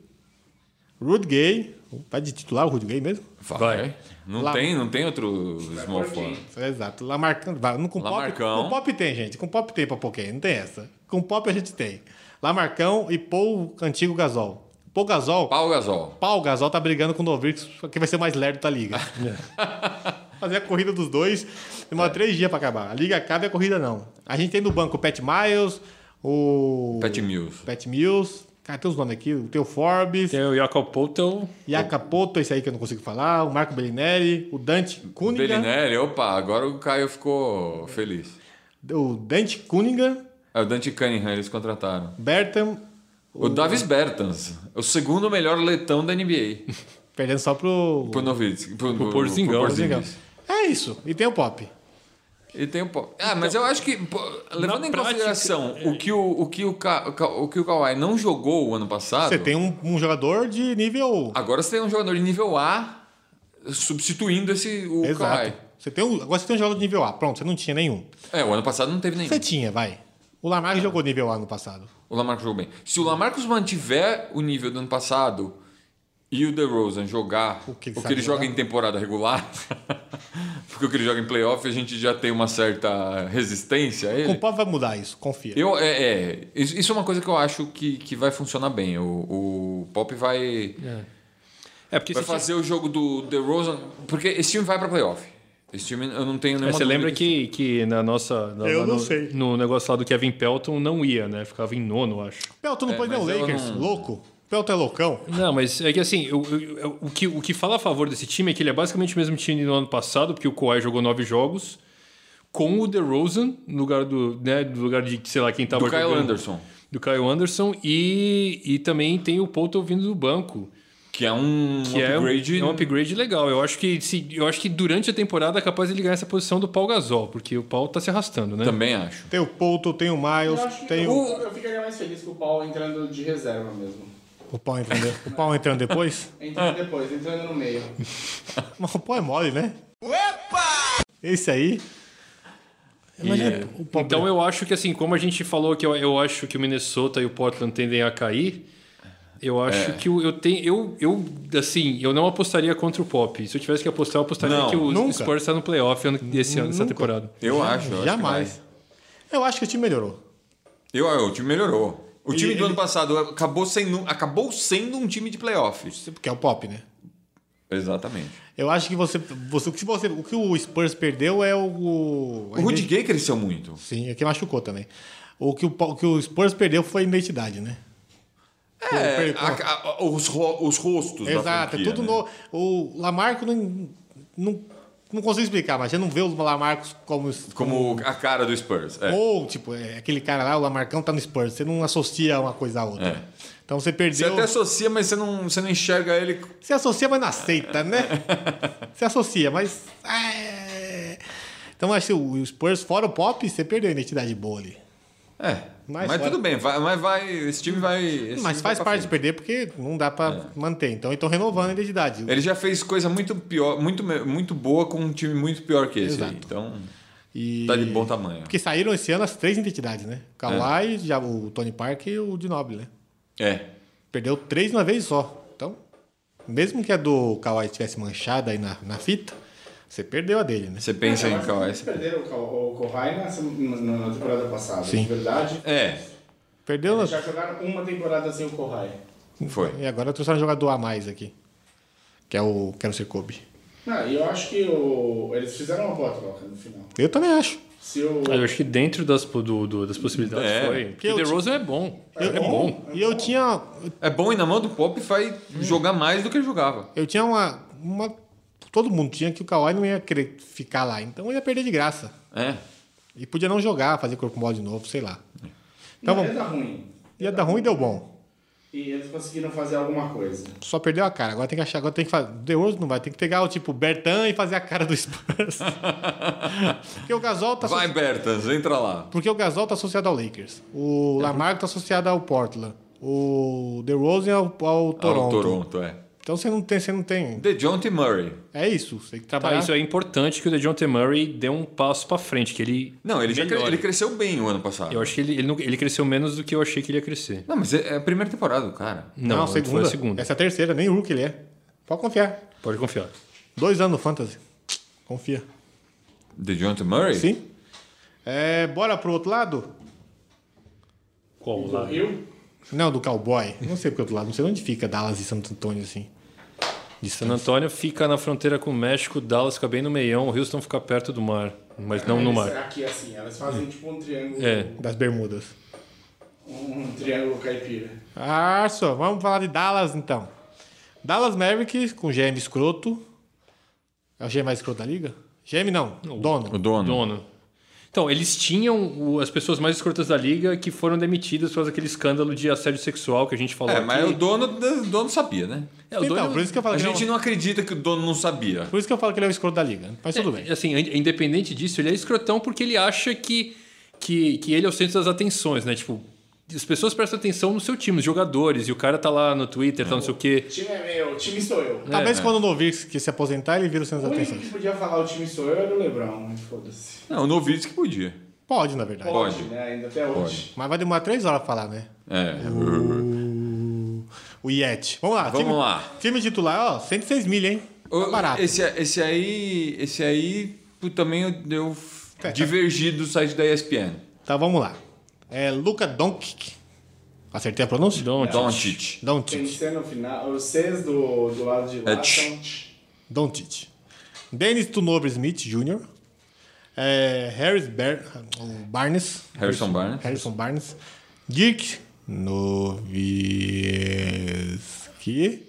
A: Rudy Gay, vai de titular o Rudy Gay mesmo?
C: Vai.
B: Vai.
C: Não,
A: Lá-
C: tem, não tem outro small
D: Porquinho.
C: forward.
A: Exato. Lamarcão. vai, não, Com pop,
C: Lamarcão.
A: com pop tem, gente. Com pop tem pra Pokémon. Não tem essa. Com pop a gente tem. Lamarcão e Paul Antigo Gasol. Paul Gasol.
C: Pau Gasol.
A: Paul Gasol tá brigando com o Novrix, que vai ser o mais lerdo da
C: <laughs>
A: liga. Fazer a corrida dos dois.
C: É.
A: Demora três dias pra acabar. A liga acaba e a corrida não. A gente tem no banco o Pat Miles, o.
C: Pat Mills.
A: Pat Mills. Cara, tem os nomes aqui. O Teu Forbes.
B: Tem É, o Jacob Poulton,
A: Iacapoto, esse aí que eu não consigo falar. O Marco Bellinelli. O Dante Cunningham.
C: Belinelli, opa, agora o Caio ficou feliz.
A: O Dante Cunningham.
C: É o Dante Cunningham, eles contrataram.
A: Bertam
C: O Davis Bertans, o segundo melhor letão da NBA.
A: perdendo só pro.
C: Pro Novitsky. Pro, pro,
B: Porzingão.
C: pro
A: Legal.
C: Porzingis.
A: É isso. E tem o Pop.
C: E tem um pouco. Ah, mas eu acho que, pô, levando em
B: prática,
C: consideração o, que o, o, que o, Ka, o, Ka- o que o Kawhi não jogou o ano passado,
A: Você tem um, um jogador de nível.
C: agora você tem um jogador de nível A substituindo esse o
A: Exato.
C: Kawhi.
A: Você tem um, agora você tem um jogador de nível A. Pronto, você não tinha nenhum.
C: É, o ano passado não teve nenhum.
A: Você tinha, vai. O
C: É.
A: Lamarck jogou nível A no passado.
C: O Lamarcus jogou bem. Se o Lamarcus mantiver o nível do ano passado e o DeRozan jogar o
A: que
C: que
A: ele
C: ele,
A: sabe
C: joga
A: jogar.
C: em temporada regular, <laughs> porque o que ele joga em playoff a gente já tem uma certa resistência a ele.
A: Com o Pop vai mudar isso, confia.
C: Eu, é, é, isso isso é uma coisa que eu acho que, que vai funcionar bem. O, o Pop vai,
B: É, porque
C: vai
B: esse time-
C: fazer o jogo do DeRozan, porque esse time vai pra playoff. Esse time eu não tenho
B: É,
C: nenhuma
B: você
C: dúvida
B: lembra
C: disso.
B: que, que na nossa. na-
A: Eu
B: lá
A: não
B: no,
A: sei.
B: No negócio lá do Kevin Pelton não ia, né? Ficava em nono, acho.
A: Pelton não
C: É,
A: pôs nem o
C: mas eu
A: Lakers.
C: não-
A: Louco. Pelton é loucão.
B: Não, mas é que assim, eu- eu- eu- o, que, o que fala a favor desse time é que ele é basicamente o mesmo time do ano passado, porque o Kawhi jogou nove jogos, com o DeRozan, no lugar do. Né, no lugar de, sei lá, quem tava
C: do Kyle
B: jogando,
C: Anderson,
B: Do Kyle Anderson. E, e também tem o Poulton vindo do banco.
C: que é um
B: Que é um-
C: upgrade
B: é um, upgrade legal. Eu acho que se, eu acho que durante a temporada é capaz de ele ganhar essa posição do Paul Gasol, porque o Paul tá se arrastando, né?
C: também acho.
A: Tem o Polto, tem o
D: Eu,
A: Miles,
D: acho que
A: tem
D: eu,
A: o.
D: eu ficaria mais feliz com o Paul entrando de reserva mesmo.
A: O pau entrando, de- o pau entrando
D: <laughs>
A: depois?
D: Entrando depois, entrando no meio.
A: Mas o pau é mole, né? Esse aí. Imagina
B: E-
A: o pobre.
B: Então
C: né?
B: eu acho que assim, como a gente falou que eu, eu acho que o Minnesota e o Portland tendem a cair, eu
C: É.
B: acho que o- eu tenho eu eu assim, eu não apostaria contra o Pop. Se eu tivesse que apostar, eu apostaria
C: Não,
B: que o
A: nunca.
B: Spurs está no playoff ano, desse ano, dessa temporada.
C: Eu acho. eu acho que
A: Jamais.
C: vai.
A: Eu acho que o time melhorou.
C: Eu, eu, o time melhorou. O time do
A: ele-
C: ano passado acabou sendo, acabou sendo um time de playoffs.
A: Porque é o pop, né?
C: Exatamente.
A: Eu acho que você, você, o que você. O que o Spurs perdeu é o. O,
C: O Rudy Gay cresceu muito.
A: Sim, é que machucou também. O que o, po- o que o Spurs perdeu foi a identidade, né?
C: É,
A: Pô,
C: a-
A: pô.
C: a- os, ro- os rostos
A: Exato,
C: da franquia,
A: é tudo
C: né?
A: novo. O Lamarco não, não, não consigo explicar, mas você não vê o Lamarcos como.
C: Como a cara do Spurs. É.
A: Ou, tipo, é, aquele cara lá, o Lamarcão tá no Spurs. Você não associa uma coisa à outra.
C: É.
A: Então você
C: Você
A: perdeu.
C: até associa, mas você não, você não enxerga ele.
A: Se associa, mas não aceita,
C: <laughs>
A: né? Se associa, mas. é. Então, acho que o Spurs, fora o pop, você perdeu a identidade boa ali.
C: É.
A: Mas
C: Mas,
A: fora-
C: tudo bem, vai, mas vai. Esse time vai. esse
A: Mas
C: time vai
A: faz
C: pra
A: parte de
C: frente.
A: perder porque não dá pra manter. Então, estão renovando a identidade.
C: É. Ele já fez coisa muito pior, muito, me- muito boa com um time muito pior que esse
A: Exato.
C: aí. Então,
A: E-
C: tá de bom tamanho.
A: Porque saíram esse ano as três identidades, né? O Kawhi, já, o Tony Parker e o Ginobili, né?
C: É.
A: Perdeu três de uma vez só. Então, mesmo que a do Kawhi estivesse manchada aí na, na fita, você perdeu a dele, né?
C: Você pensa é em Kawhi.
D: Eles perderam o Ka- o Kohai na, na- na temporada passada,
A: Sim.
D: de verdade.
C: É,
A: Perdeu.
D: Já jogaram uma temporada sem o Kohai.
C: foi.
A: E agora trouxeram um jogador a mais aqui. Que é o Quero ser Kobe.
D: Ah, e eu acho que o- eles fizeram uma boa troca no final.
A: Eu também acho.
D: Se o,
B: Eu acho que dentro das, po- do- do- das possibilidades
C: É.
B: foi. Porque
A: eu
B: o
A: ti-
B: DeRozan é bom.
A: Eu-
B: é bom.
A: E eu tinha.
C: É bom e na mão do Pop vai jogar mais do que ele jogava.
A: Eu tinha uma. uma todo mundo tinha que o Kawhi não ia querer ficar lá. Então ia perder de graça.
C: É.
A: E podia não jogar, fazer corpo mole de novo, sei lá.
B: É.
A: Então
D: não,
A: vamos.
D: ia dar ruim.
A: Ia dar ruim e deu bom.
D: E eles conseguiram fazer alguma coisa.
A: Só perdeu a cara. Agora tem que achar, agora tem que fazer. The Rose não vai, tem que pegar o tipo Bertan e fazer a cara do
B: <laughs>
A: Spurs. Porque o Gasol tá
C: Vai,
A: associ-
C: Bertans, entra lá.
A: Porque o Gasol tá associado ao Lakers.
B: Uhum.
A: O Lamarco tá associado ao Portland. O The Rose ao, ao Toronto.
C: Ao Toronto, é.
A: Então você não tem, você não tem.
C: The John T. Murray.
A: É isso, você tem que
B: Tá,
A: trabalhar.
B: isso é importante que o DeJounte Murray dê um passo pra frente, que ele
C: Não, ele, já cre-
B: melhore.
C: ele cresceu bem o ano passado.
B: Eu acho que ele, ele, não- ele cresceu menos do que eu achei que ele ia crescer.
C: Não, mas é é a primeira temporada do cara.
B: Não, foi a segunda.
A: Essa é a terceira, nem Hulk ele é. Pode confiar.
B: Pode confiar.
A: Dois anos no Fantasy. Confia.
C: The John T. Murray?
A: Sim? É, bora pro outro lado?
B: Qual o lado?
D: Eu?
A: Não, do Cowboy. Não sei porque outro lado. Não sei onde fica Dallas e Santo Antônio, assim.
B: De San Antônio fica na fronteira com o México, Dallas fica bem no meião, Houston fica perto do mar, mas
A: Ah,
B: não no
D: Eles-
B: mar.
D: Aqui assim, elas fazem tipo um triângulo.
B: É.
A: Das Bermudas.
D: Um triângulo caipira.
A: Ah, só. Vamos falar de Dallas, então. Dallas Mavericks com GM escroto. É o GM mais escroto da liga? GM não. Dono.
C: O dono.
B: Dono. Então, eles tinham o- as pessoas mais escrotas da liga que foram demitidas por causa daquele escândalo de assédio sexual que a gente falou
C: É,
B: aqui.
C: mas o dono, o dono sabia, né?
B: É, o
A: Então,
B: dono-
A: por isso que eu falo
C: A
A: que ele é
C: gente
A: um-
C: não acredita que o dono não sabia.
A: Por isso que eu falo que ele é o escroto da liga. Mas tudo
C: é, né,
A: bem.
B: Assim, in- independente disso, ele é escrotão porque ele acha que, que, que ele é o centro das atenções, né? Tipo, as pessoas prestam atenção no seu time, os jogadores, e o cara tá lá no Twitter, tá não sei o quê.
D: Time é meu, time sou eu.
C: né?
A: Talvez quando o Novick se aposentar, ele vira o centro
D: O
A: das
D: único que
A: atenções.
D: podia falar o time sou eu era o Lebron, mas foda-se.
C: Não, o Novitsky podia.
A: Pode, na verdade.
C: Pode.
D: Né? Ainda até hoje.
A: Mas vai demorar três horas pra falar, né?
C: É.
A: Uh, O Yeti. Vamos lá.
C: Vamos
A: time,
C: lá.
A: Time titular, ó, 106 milha, hein? Tá
C: O-
A: barato.
C: Esse, esse aí, esse aí pô, também eu, eu f- divergi do site da ESPN.
A: Tá, vamos lá. É Luca Doncic. Acertei a pronúncia?
B: Don't.
C: Doncic.
D: Tem que
A: Doncic.
D: ser no final. Os Cs do, do lado de lá
C: É tch.
D: são
A: Doncic. Dennis Tunover Smith Jr. É, Harris Ber- o Barnes.
C: Harrison Barnes.
A: Harrison Barnes. Dirk Nowitzki.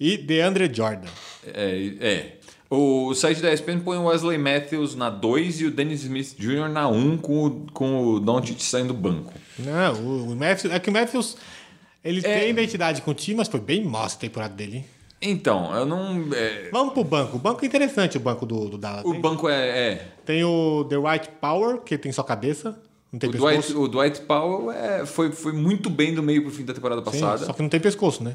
A: E DeAndre Jordan.
C: É, é. O site da ESPN põe o Wesley Matthews na 2 e o Dennis Smith Jr. na 1 um, com, o- com o Doncic saindo do banco.
A: Não, o, o Matthews... É que o Matthews... Ele
C: É.
A: tem identidade com o time, mas foi bem mostra a temporada dele. hein?
C: Então, eu não... é,
A: Vamos pro banco. O banco é interessante, o banco do, do Dallas.
C: o
A: hein?
C: banco é... é.
A: Tem o The White Power, que tem só cabeça. Não tem
C: O
A: pescoço.
C: Dwight, o Dwight Powell é, foi, foi muito bem do meio pro fim da temporada
A: Sim,
C: passada.
A: só que não tem pescoço, né?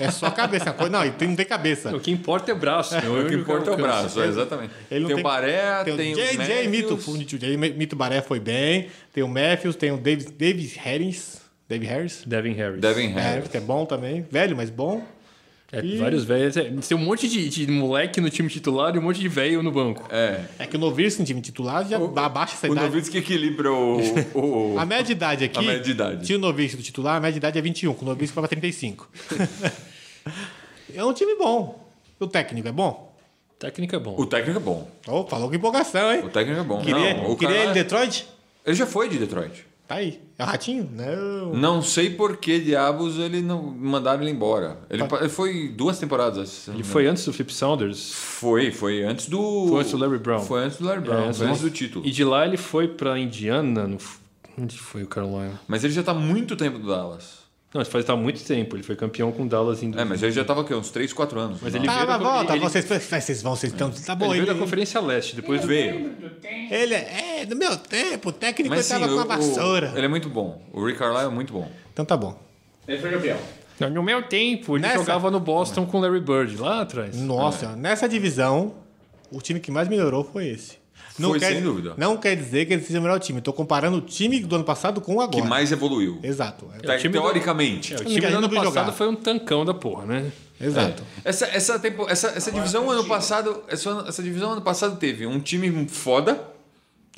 A: É só a cabeça. a coisa- Não, e tem- não tem cabeça.
C: <laughs>
B: O que importa é braço. né?
C: O que importa é o
B: alcance.
C: braço, é, exatamente.
A: Ele não
C: tem o Baré, tem,
A: o
C: o
A: JJ
C: Matthews.
A: Mito. O JJ Mito Baré foi bem. Tem o Matthews, tem o Davis, Davis Harris. David Harris.
B: Devin Harris.
C: Devin
A: É,
C: Harris.
A: que é bom também. Velho, mas bom.
B: É,
A: E-
B: vários velhos. é, Tem um monte de, de moleque no time titular e um monte de velho no banco.
C: É.
A: É que o Novice em time titular já abaixa essa
C: O
A: idade.
C: Novitz que equilibra o.
A: <laughs>
C: o-
A: A média de idade aqui.
C: A média de idade.
A: Tinha o Novice do titular, a média de idade é 21, com o Novice foi pra
C: <laughs>
A: 35. <laughs> é um time bom. O técnico é bom?
B: Técnica é bom.
C: o técnico é bom.
A: Oh, falou com empolgação, hein?
C: O técnico é bom.
A: Queria,
C: Não, o
A: queria
C: cara-
A: ele Detroit?
C: Ele já foi de Detroit.
A: Tá aí. É o Ratinho? Não.
C: Não sei por que diabos ele não mandaram ele embora. Ele,
A: Tá.
C: pa- ele foi duas temporadas. se não
B: Ele
C: me
B: foi antes do Flip Saunders.
C: Foi, foi antes do.
B: Foi antes do Larry Brown.
C: Foi antes do Larry Brown,
B: É,
C: foi antes
B: antes-
C: do título.
B: E de lá ele foi pra Indiana. No... Onde foi o Carolina?
C: Mas ele já tá há muito tempo do Dallas.
B: Não, isso faz há muito tempo. Ele foi campeão com o Dallas em
C: É, mas ele já tava aqui, uns 3, 4 anos.
B: Mas ele
C: Não.
A: Tá,
B: veio
A: mas
B: da-
A: volta.
B: ele-
A: Vocês, vocês vão, vocês estão. Tá bom,
B: Ele
A: ele,
B: veio da Conferência Leste, depois veio.
A: ele é. É, no meu tempo, o técnico
C: Mas,
A: estava
C: sim,
A: com
C: o-
A: a vassoura.
C: o- ele é muito bom. O Rick Carlisle é muito bom.
A: Então tá bom.
D: Ele foi campeão.
B: Não, No meu tempo, ele
A: Nessa-
B: jogava no Boston com o Larry Bird, lá atrás.
C: É.
A: Nossa, nessa divisão, o time que mais melhorou foi esse.
C: Foi, sem dúvida.
A: Não quer dizer que ele seja o melhor time. Tô comparando o time do ano passado com o agora.
C: Que mais Tá, evoluiu.
A: Exato. É-
C: Te-
B: time do-
C: Teoricamente.
B: É, o
A: que
B: time
A: a
B: do
A: gente
B: ano
A: não viu
B: passado
A: jogar.
B: foi um tancão da porra, né?
C: É.
A: Exato.
C: Essa, essa, tempo- essa, essa
A: é
C: divisão ano passado. Essa, essa divisão ano passado teve um time foda,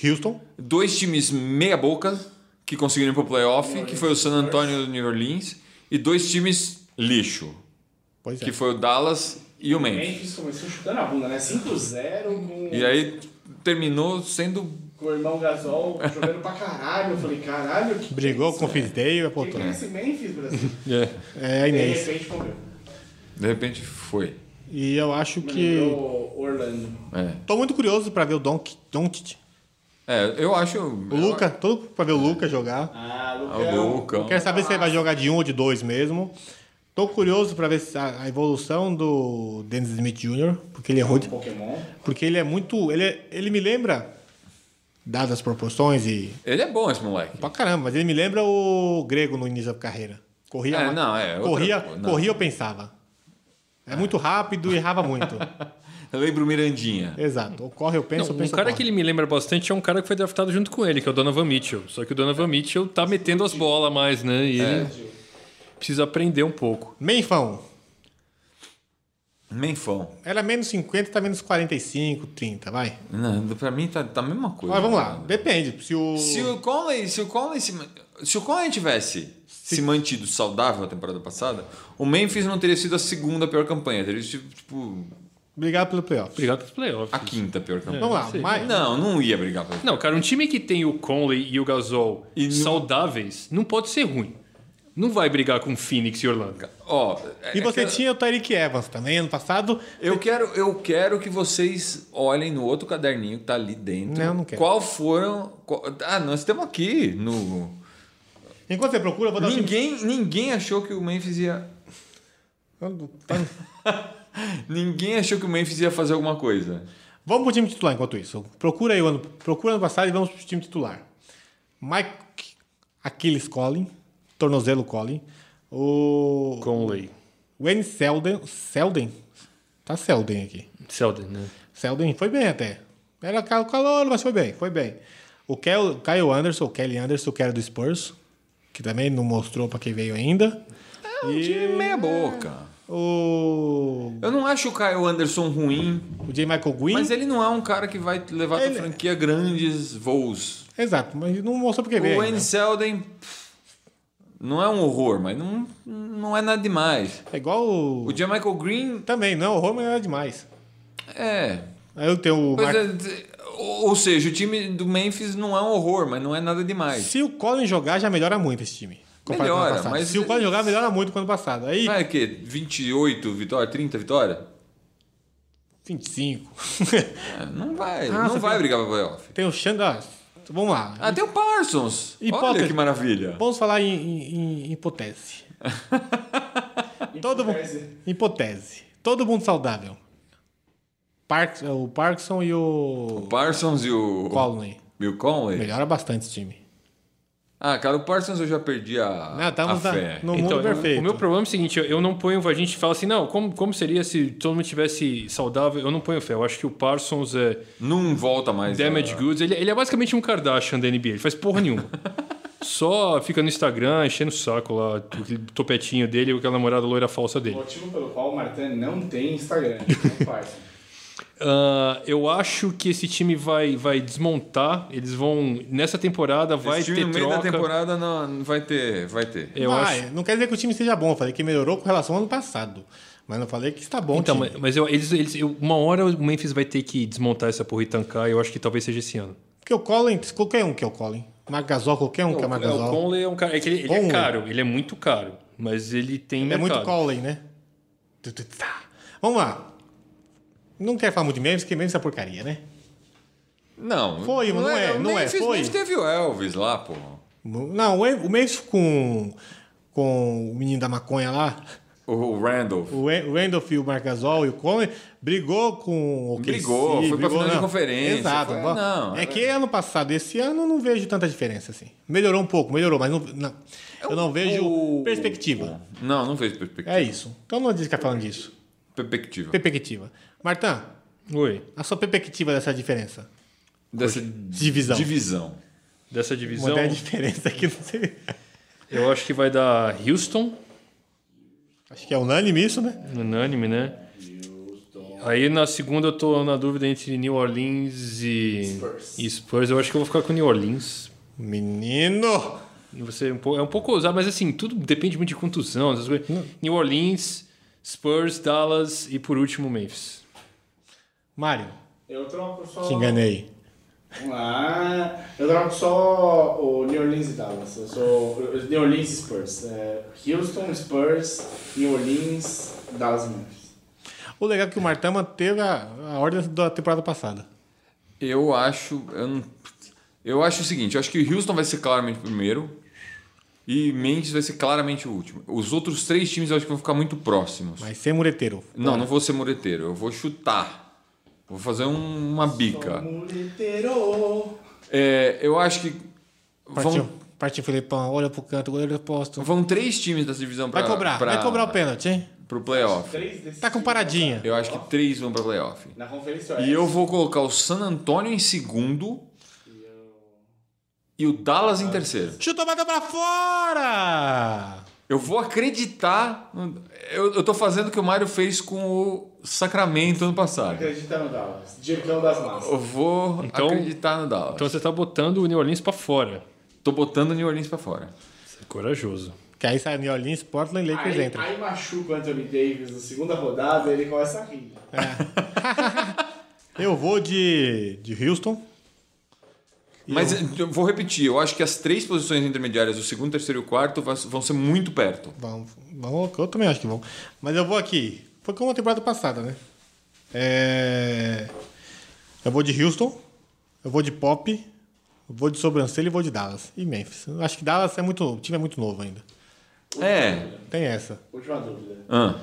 A: Houston,
C: dois times meia boca que conseguiram ir pro playoff, que foi o San Antonio e o New Orleans, e dois times lixo,
A: pois é.
C: que foi o Dallas e o Memphis.
D: Memphis começou chutando a bunda, né? 5-0 com,
C: E aí terminou sendo.
D: com o irmão Gasol jogando pra caralho. Eu falei, caralho, que
A: Brigou com o Fisdale e
D: que que
A: apontou.
D: é esse Memphis, Brasil?
A: É, a
D: E de
A: Inês.
D: repente comeu.
C: De repente foi.
A: E eu acho
D: Me
A: que.
D: lembrou Orlando.
C: É,
A: Tô muito curioso pra ver o Don Doncic.
C: É, eu acho.
A: O É, Luca, todo pra ver o Luca jogar.
D: Ah,
C: Ah,
D: Lucão.
C: o Lucão.
A: Quero saber se ele vai jogar de um ou de dois mesmo. Tô curioso pra ver se a a evolução do Dennis Smith Jr., porque ele errou de,
D: Pokémon.
A: Porque ele é muito. Ele, é- ele me lembra, dadas as proporções e.
C: Ele é bom esse moleque.
A: Pra caramba, mas ele me lembra o grego no início da carreira. Corria.
C: É,
A: mais-
C: não, é, outra
A: corria,
C: coisa, não.
A: corria eu pensava. É muito rápido e errava
C: <laughs>
A: muito.
C: Eu lembro o Mirandinha.
A: Exato. Ou corre, eu
B: Não,
A: penso, eu
B: um
A: penso.
B: cara
A: eu
B: que
A: corro.
B: ele me lembra bastante é um cara que foi draftado junto com ele, que é o Donovan Mitchell. Só que o Donovan Mitchell tá metendo as bolas mais, né? E
C: É.
B: ele precisa aprender um pouco.
A: Menfão.
C: Menfão.
A: Era menos 50, tá menos 45, 30, vai.
C: Não, pra mim tá, tá a mesma coisa.
A: Mas vamos lá. Depende. Se o.
C: Se o Conley, se o Conley, se, man- se o Conley tivesse se mantido saudável a temporada passada, o Memphis não teria sido a segunda pior campanha, teria sido tipo
A: Obrigado pelo playoff.
B: Obrigado pelos playoffs.
C: a quinta pior campanha.
A: Vamos lá.
B: sim.
A: Mas...
C: Não, não ia brigar pra
B: Não, cara, um time que tem o Conley e o Gasol
C: E não-
B: saudáveis não pode ser ruim. Não vai brigar com o Phoenix e Orlando.
C: Ó, é-
A: E
C: é
A: você
C: aquela-
A: tinha o Tariq Evans também ano passado.
C: Eu quero, eu quero que vocês olhem no outro caderninho que tá ali dentro.
A: Não, não quero.
C: Qual foram. qual- ah, nós temos aqui no.
A: Enquanto você procura, eu vou dar o time-
C: Ninguém, ninguém achou que o Memphis ia. Ninguém achou que o Memphis ia fazer alguma coisa.
A: Vamos pro time titular enquanto isso. Procura aí o ano, procura ano passado e vamos pro time titular. Mike Aquiles Collin, tornozelo Collin, o
B: Conley.
A: Wayne Selden, Selden, tá Selden aqui.
B: Selden, né?
A: Selden foi bem até. Era cal- calor, mas foi bem, foi bem. O Kel, Kyle Anderson, o Kelly Anderson, que era do Spurs, que também não mostrou pra quem veio ainda.
C: É um time meia boca.
A: O,
C: Eu não acho o Kyle Anderson ruim,
A: o J. Michael Green.
C: mas ele não é um cara que vai levar a
A: Ele-
C: tua franquia a grandes voos.
A: Exato, mas não mostrou pra quem veio.
C: é- O
A: ainda.
C: Wayne Selden pff, não é um horror, mas não, não é nada demais.
A: É igual o...
C: O Michael Green
A: Também, não, o Roman era demais.
C: é.
A: Aí eu tenho o
C: Pois
A: Mark-
C: é, d- ou ou seja, o time do Memphis não é um horror, mas não é nada demais.
A: Se o Colin jogar, já melhora muito esse time. comparado com o ano
C: Melhora,
A: passado.
C: mas
A: Se o Colin
C: eles-
A: jogar, melhora muito com o ano passado. Aí,
C: Não é o quê? 28 vitória, 30 vitória?
A: 25.
C: É, não vai,
A: Ah,
C: não
A: você
C: vai
A: tem-
C: brigar pra playoff.
A: <laughs> tem o Xandra. Vamos lá.
C: Ah, tem o Parsons.
A: E
C: Olha
A: Potter?
C: que maravilha.
A: Vamos falar em, em, em
B: <laughs>
A: hipótese. Todo mundo.
D: Hipótese.
A: Hipótese. Todo mundo saudável. Parks, é, o Parkinson e
C: O
A: o
C: Parsons e o,
A: Colin.
C: e o Conley.
A: Melhora bastante esse time.
C: Ah, cara, o Parsons eu já perdi a,
A: Não, estamos
C: a
A: na-
C: fé.
A: no mundo
B: eu-
A: perfeito.
B: O meu problema é o seguinte: eu- eu não ponho. A gente fala assim, não, como, como seria se todo mundo tivesse saudável? Eu não ponho fé. Eu acho que o Parsons é
C: Não volta mais.
B: Damage
C: a-
B: Goods. Ele, ele é basicamente um Kardashian da NBA. Ele faz porra nenhuma. <laughs> Só fica no Instagram enchendo o saco lá, com aquele topetinho dele e aquela namorada loira falsa
D: O
B: dele.
D: motivo pelo qual o Martin não tem Instagram. Não faz.
B: Ah, eu acho que esse time vai, vai desmontar. Eles vão. Nessa temporada vai
C: Esse time
B: ter
C: no meio
B: troca.
C: da temporada não, vai ter. Vai ter.
B: Eu
A: Vai,
B: acho.
A: Não quer dizer que o time seja bom. Eu falei que melhorou com relação ao ano passado. Mas não falei que está bom.
B: Então,
A: time.
B: mas, mas eu- eles, eles- eu- uma hora o Memphis vai ter que desmontar essa porra e tancar. Eu acho que talvez seja esse ano.
A: Porque o Collins, qualquer um que é o Collins. Marc Gasol, qualquer um que é
B: o,
A: Marc
B: é, o
A: Gasol.
B: Conley é um cara. É que ele, ele é
A: Conley.
B: caro, ele é muito caro. Mas ele tem
A: É
B: mercado.
A: muito Collins, né? Tu, tu, tá. Vamos lá. Não quero falar muito de Memphis, porque Memphis é porcaria, né?
C: Não.
A: Foi, mas não é,
C: o
A: não é,
C: Memphis-
A: foi.
C: Memphis teve o Elvis lá, pô.
A: Não, o Em- o Memphis com, com o menino da maconha lá,
C: O Randolph.
A: o Ren- o Randolph e o Marc Gasol e o Conley, brigou com o OKC,
C: Brigou, foi pra final de
A: não.
C: conferência,
A: Exato.
C: foi-
A: Bom,
C: não,
A: é
C: é-
A: que ano passado, esse ano, eu não vejo tanta diferença assim. Melhorou um pouco, melhorou, mas não, não. eu não vejo
C: É o-
A: perspectiva.
C: Não, não vejo perspectiva.
A: É isso. Então não diz que tá falando disso.
C: Perspectiva.
A: Perspectiva. Martã,
B: Oi,
A: a sua perspectiva dessa diferença?
C: Dessa
A: Divisão.
C: divisão.
B: dessa
A: Uma
B: divisão.
A: ideia de diferença aqui, não sei.
B: Eu acho que vai dar Houston,
A: Acho que é unânime isso, né?
B: unânime, né? Aí na segunda eu tô na dúvida entre New Orleans e
D: Spurs.
B: e Spurs. Eu acho que eu vou ficar com New Orleans.
A: Menino!
B: Você é um pouco, é um pouco ousado, mas assim, tudo depende muito de contusão. essas coisas. New Orleans, Spurs, Dallas e por último Memphis.
A: Mário,
D: Eu troco só.
A: te enganei.
D: Ah, eu troco só o New Orleans e Dallas. Eu sou New Orleans e Spurs. É, Houston, Spurs, New Orleans, Dallas e Memphis.
A: O legal é que o Martã manteve a, a ordem da temporada passada.
C: Eu acho. Eu, não- eu acho o seguinte: eu acho que o Houston vai ser claramente o primeiro. E Memphis vai ser claramente o último. Os outros três times eu acho que vão ficar muito próximos.
A: Mas é. sem mureteiro.
C: Não, não vou ser mureteiro. Eu vou chutar. Vou fazer um- uma bica.
D: Muleteiro.
C: É, eu acho que
A: Partiu,
C: vão,
A: partiu Felipão, olha pro canto, olha pro posto.
C: vão três times dessa divisão
A: Vai
C: pra,
A: cobrar,
C: pra,
A: vai cobrar o pênalti, hein?
C: pro playoff.
D: Três desses
A: Tá com paradinha.
C: Eu acho que três vão pra playoff.
D: Na Conferência
C: E eu vou colocar o San Antonio em segundo e o Dallas em terceiro.
A: Chuta a bata pra fora!
C: Eu vou acreditar. no- Eu, eu tô fazendo o que o Mário fez com o Sacramento ano passado.
D: Acredita no Dallas. Dircão das massas.
C: Eu vou
B: Então-
C: acreditar no Dallas.
B: Então você tá botando o New Orleans pra fora.
C: Tô botando o New Orleans pra fora.
B: Você é corajoso.
A: Que aí sai New Orleans, Portland e Lakers
D: Aí,
A: entra.
D: aí machuca o Anthony Davis na segunda rodada ele começa a rir.
A: Eu vou de, de Houston.
C: Mas eu vou repetir, eu acho que as três posições intermediárias, o segundo, terceiro e o quarto, va- vão ser muito perto.
A: Vão, vão, eu também acho que vão. Mas eu vou aqui. Foi como a temporada passada, né? É... Eu vou de Houston, eu vou de Pop, eu vou de Sobrancelha e vou de Dallas. E Memphis. Eu acho que Dallas é muito. O time é muito novo ainda.
C: É.
A: Tem essa.
D: Última dúvida.
C: Ah,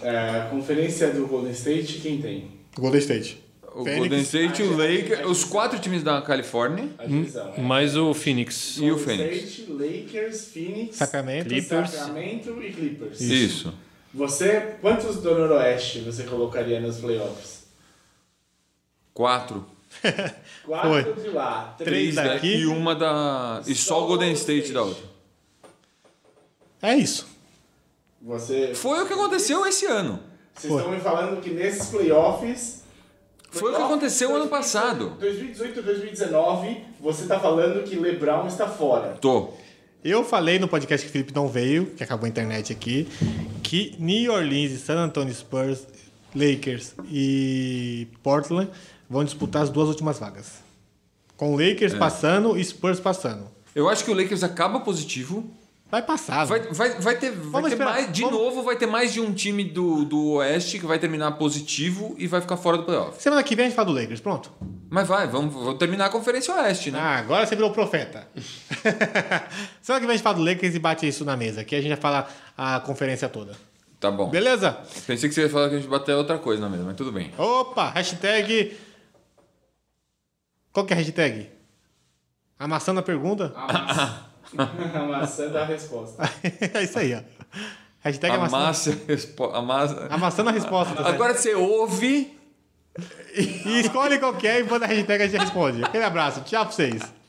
D: É, conferência do Golden State, quem tem?
A: Golden State.
C: o
A: Phoenix.
C: Golden State, o Lakers, os quatro times da Califórnia
D: A divisão. é.
B: Mas o Phoenix.
C: e o
D: Golden
C: Phoenix.
D: State, Lakers, Phoenix,
A: Sacramento.
B: Clip- Clippers.
D: Sacramento e Clippers.
C: Isso.
D: Você, quantos do Noroeste você colocaria nos playoffs?
C: Quatro.
D: Quatro
A: Foi.
D: de lá,
A: Três
D: três,
A: da-
C: né?
A: daqui.
C: E uma da. E só o Golden State da outra.
A: É isso.
D: Você,
C: Foi o que aconteceu esse ano.
D: vocês estão me falando que nesses playoffs
C: Foi o que aconteceu ano passado.
D: 2018 2019, você tá falando que LeBron
C: <laughs>
D: está fora.
C: Tô.
A: Eu falei no podcast que o Felipe não veio, que acabou a internet aqui, que New Orleans, e San Antonio Spurs, Lakers e Portland vão disputar as duas últimas vagas. Com Lakers passando e Spurs passando.
C: Eu acho que o Lakers acaba positivo.
A: Vai passar.
C: Vai,
A: velho.
C: vai, vai ter, vai
A: Vamos
C: ter
A: esperar.
C: mais. De
A: Vamos-
C: novo, vai ter mais de um time do, do Oeste que vai terminar positivo e vai ficar fora do playoff.
A: Semana que vem a gente fala do Lakers, pronto.
C: Mas vai, vamos, vou terminar a Conferência Oeste, né?
A: Ah, agora você virou profeta. Semana que vem a gente fala do Lakers e bate isso na mesa, que a gente vai falar a conferência toda.
C: Tá bom.
A: Beleza?
C: Pensei que você ia falar que a gente bateu outra coisa na mesa, mas tudo bem.
A: Opa, hashtag.
C: Ah.
A: Qual que é a hashtag? Amassando a pergunta?
D: Amassando a resposta.
A: <laughs> é isso aí, ó. Hashtag amassando,
C: Amassa <laughs> a resposta. Amassa...
A: amassando a resposta. tá certo?
C: Agora você ouve.
A: E escolhe qualquer e manda a hashtag a gente responde. Aquele abraço. Tchau pra vocês.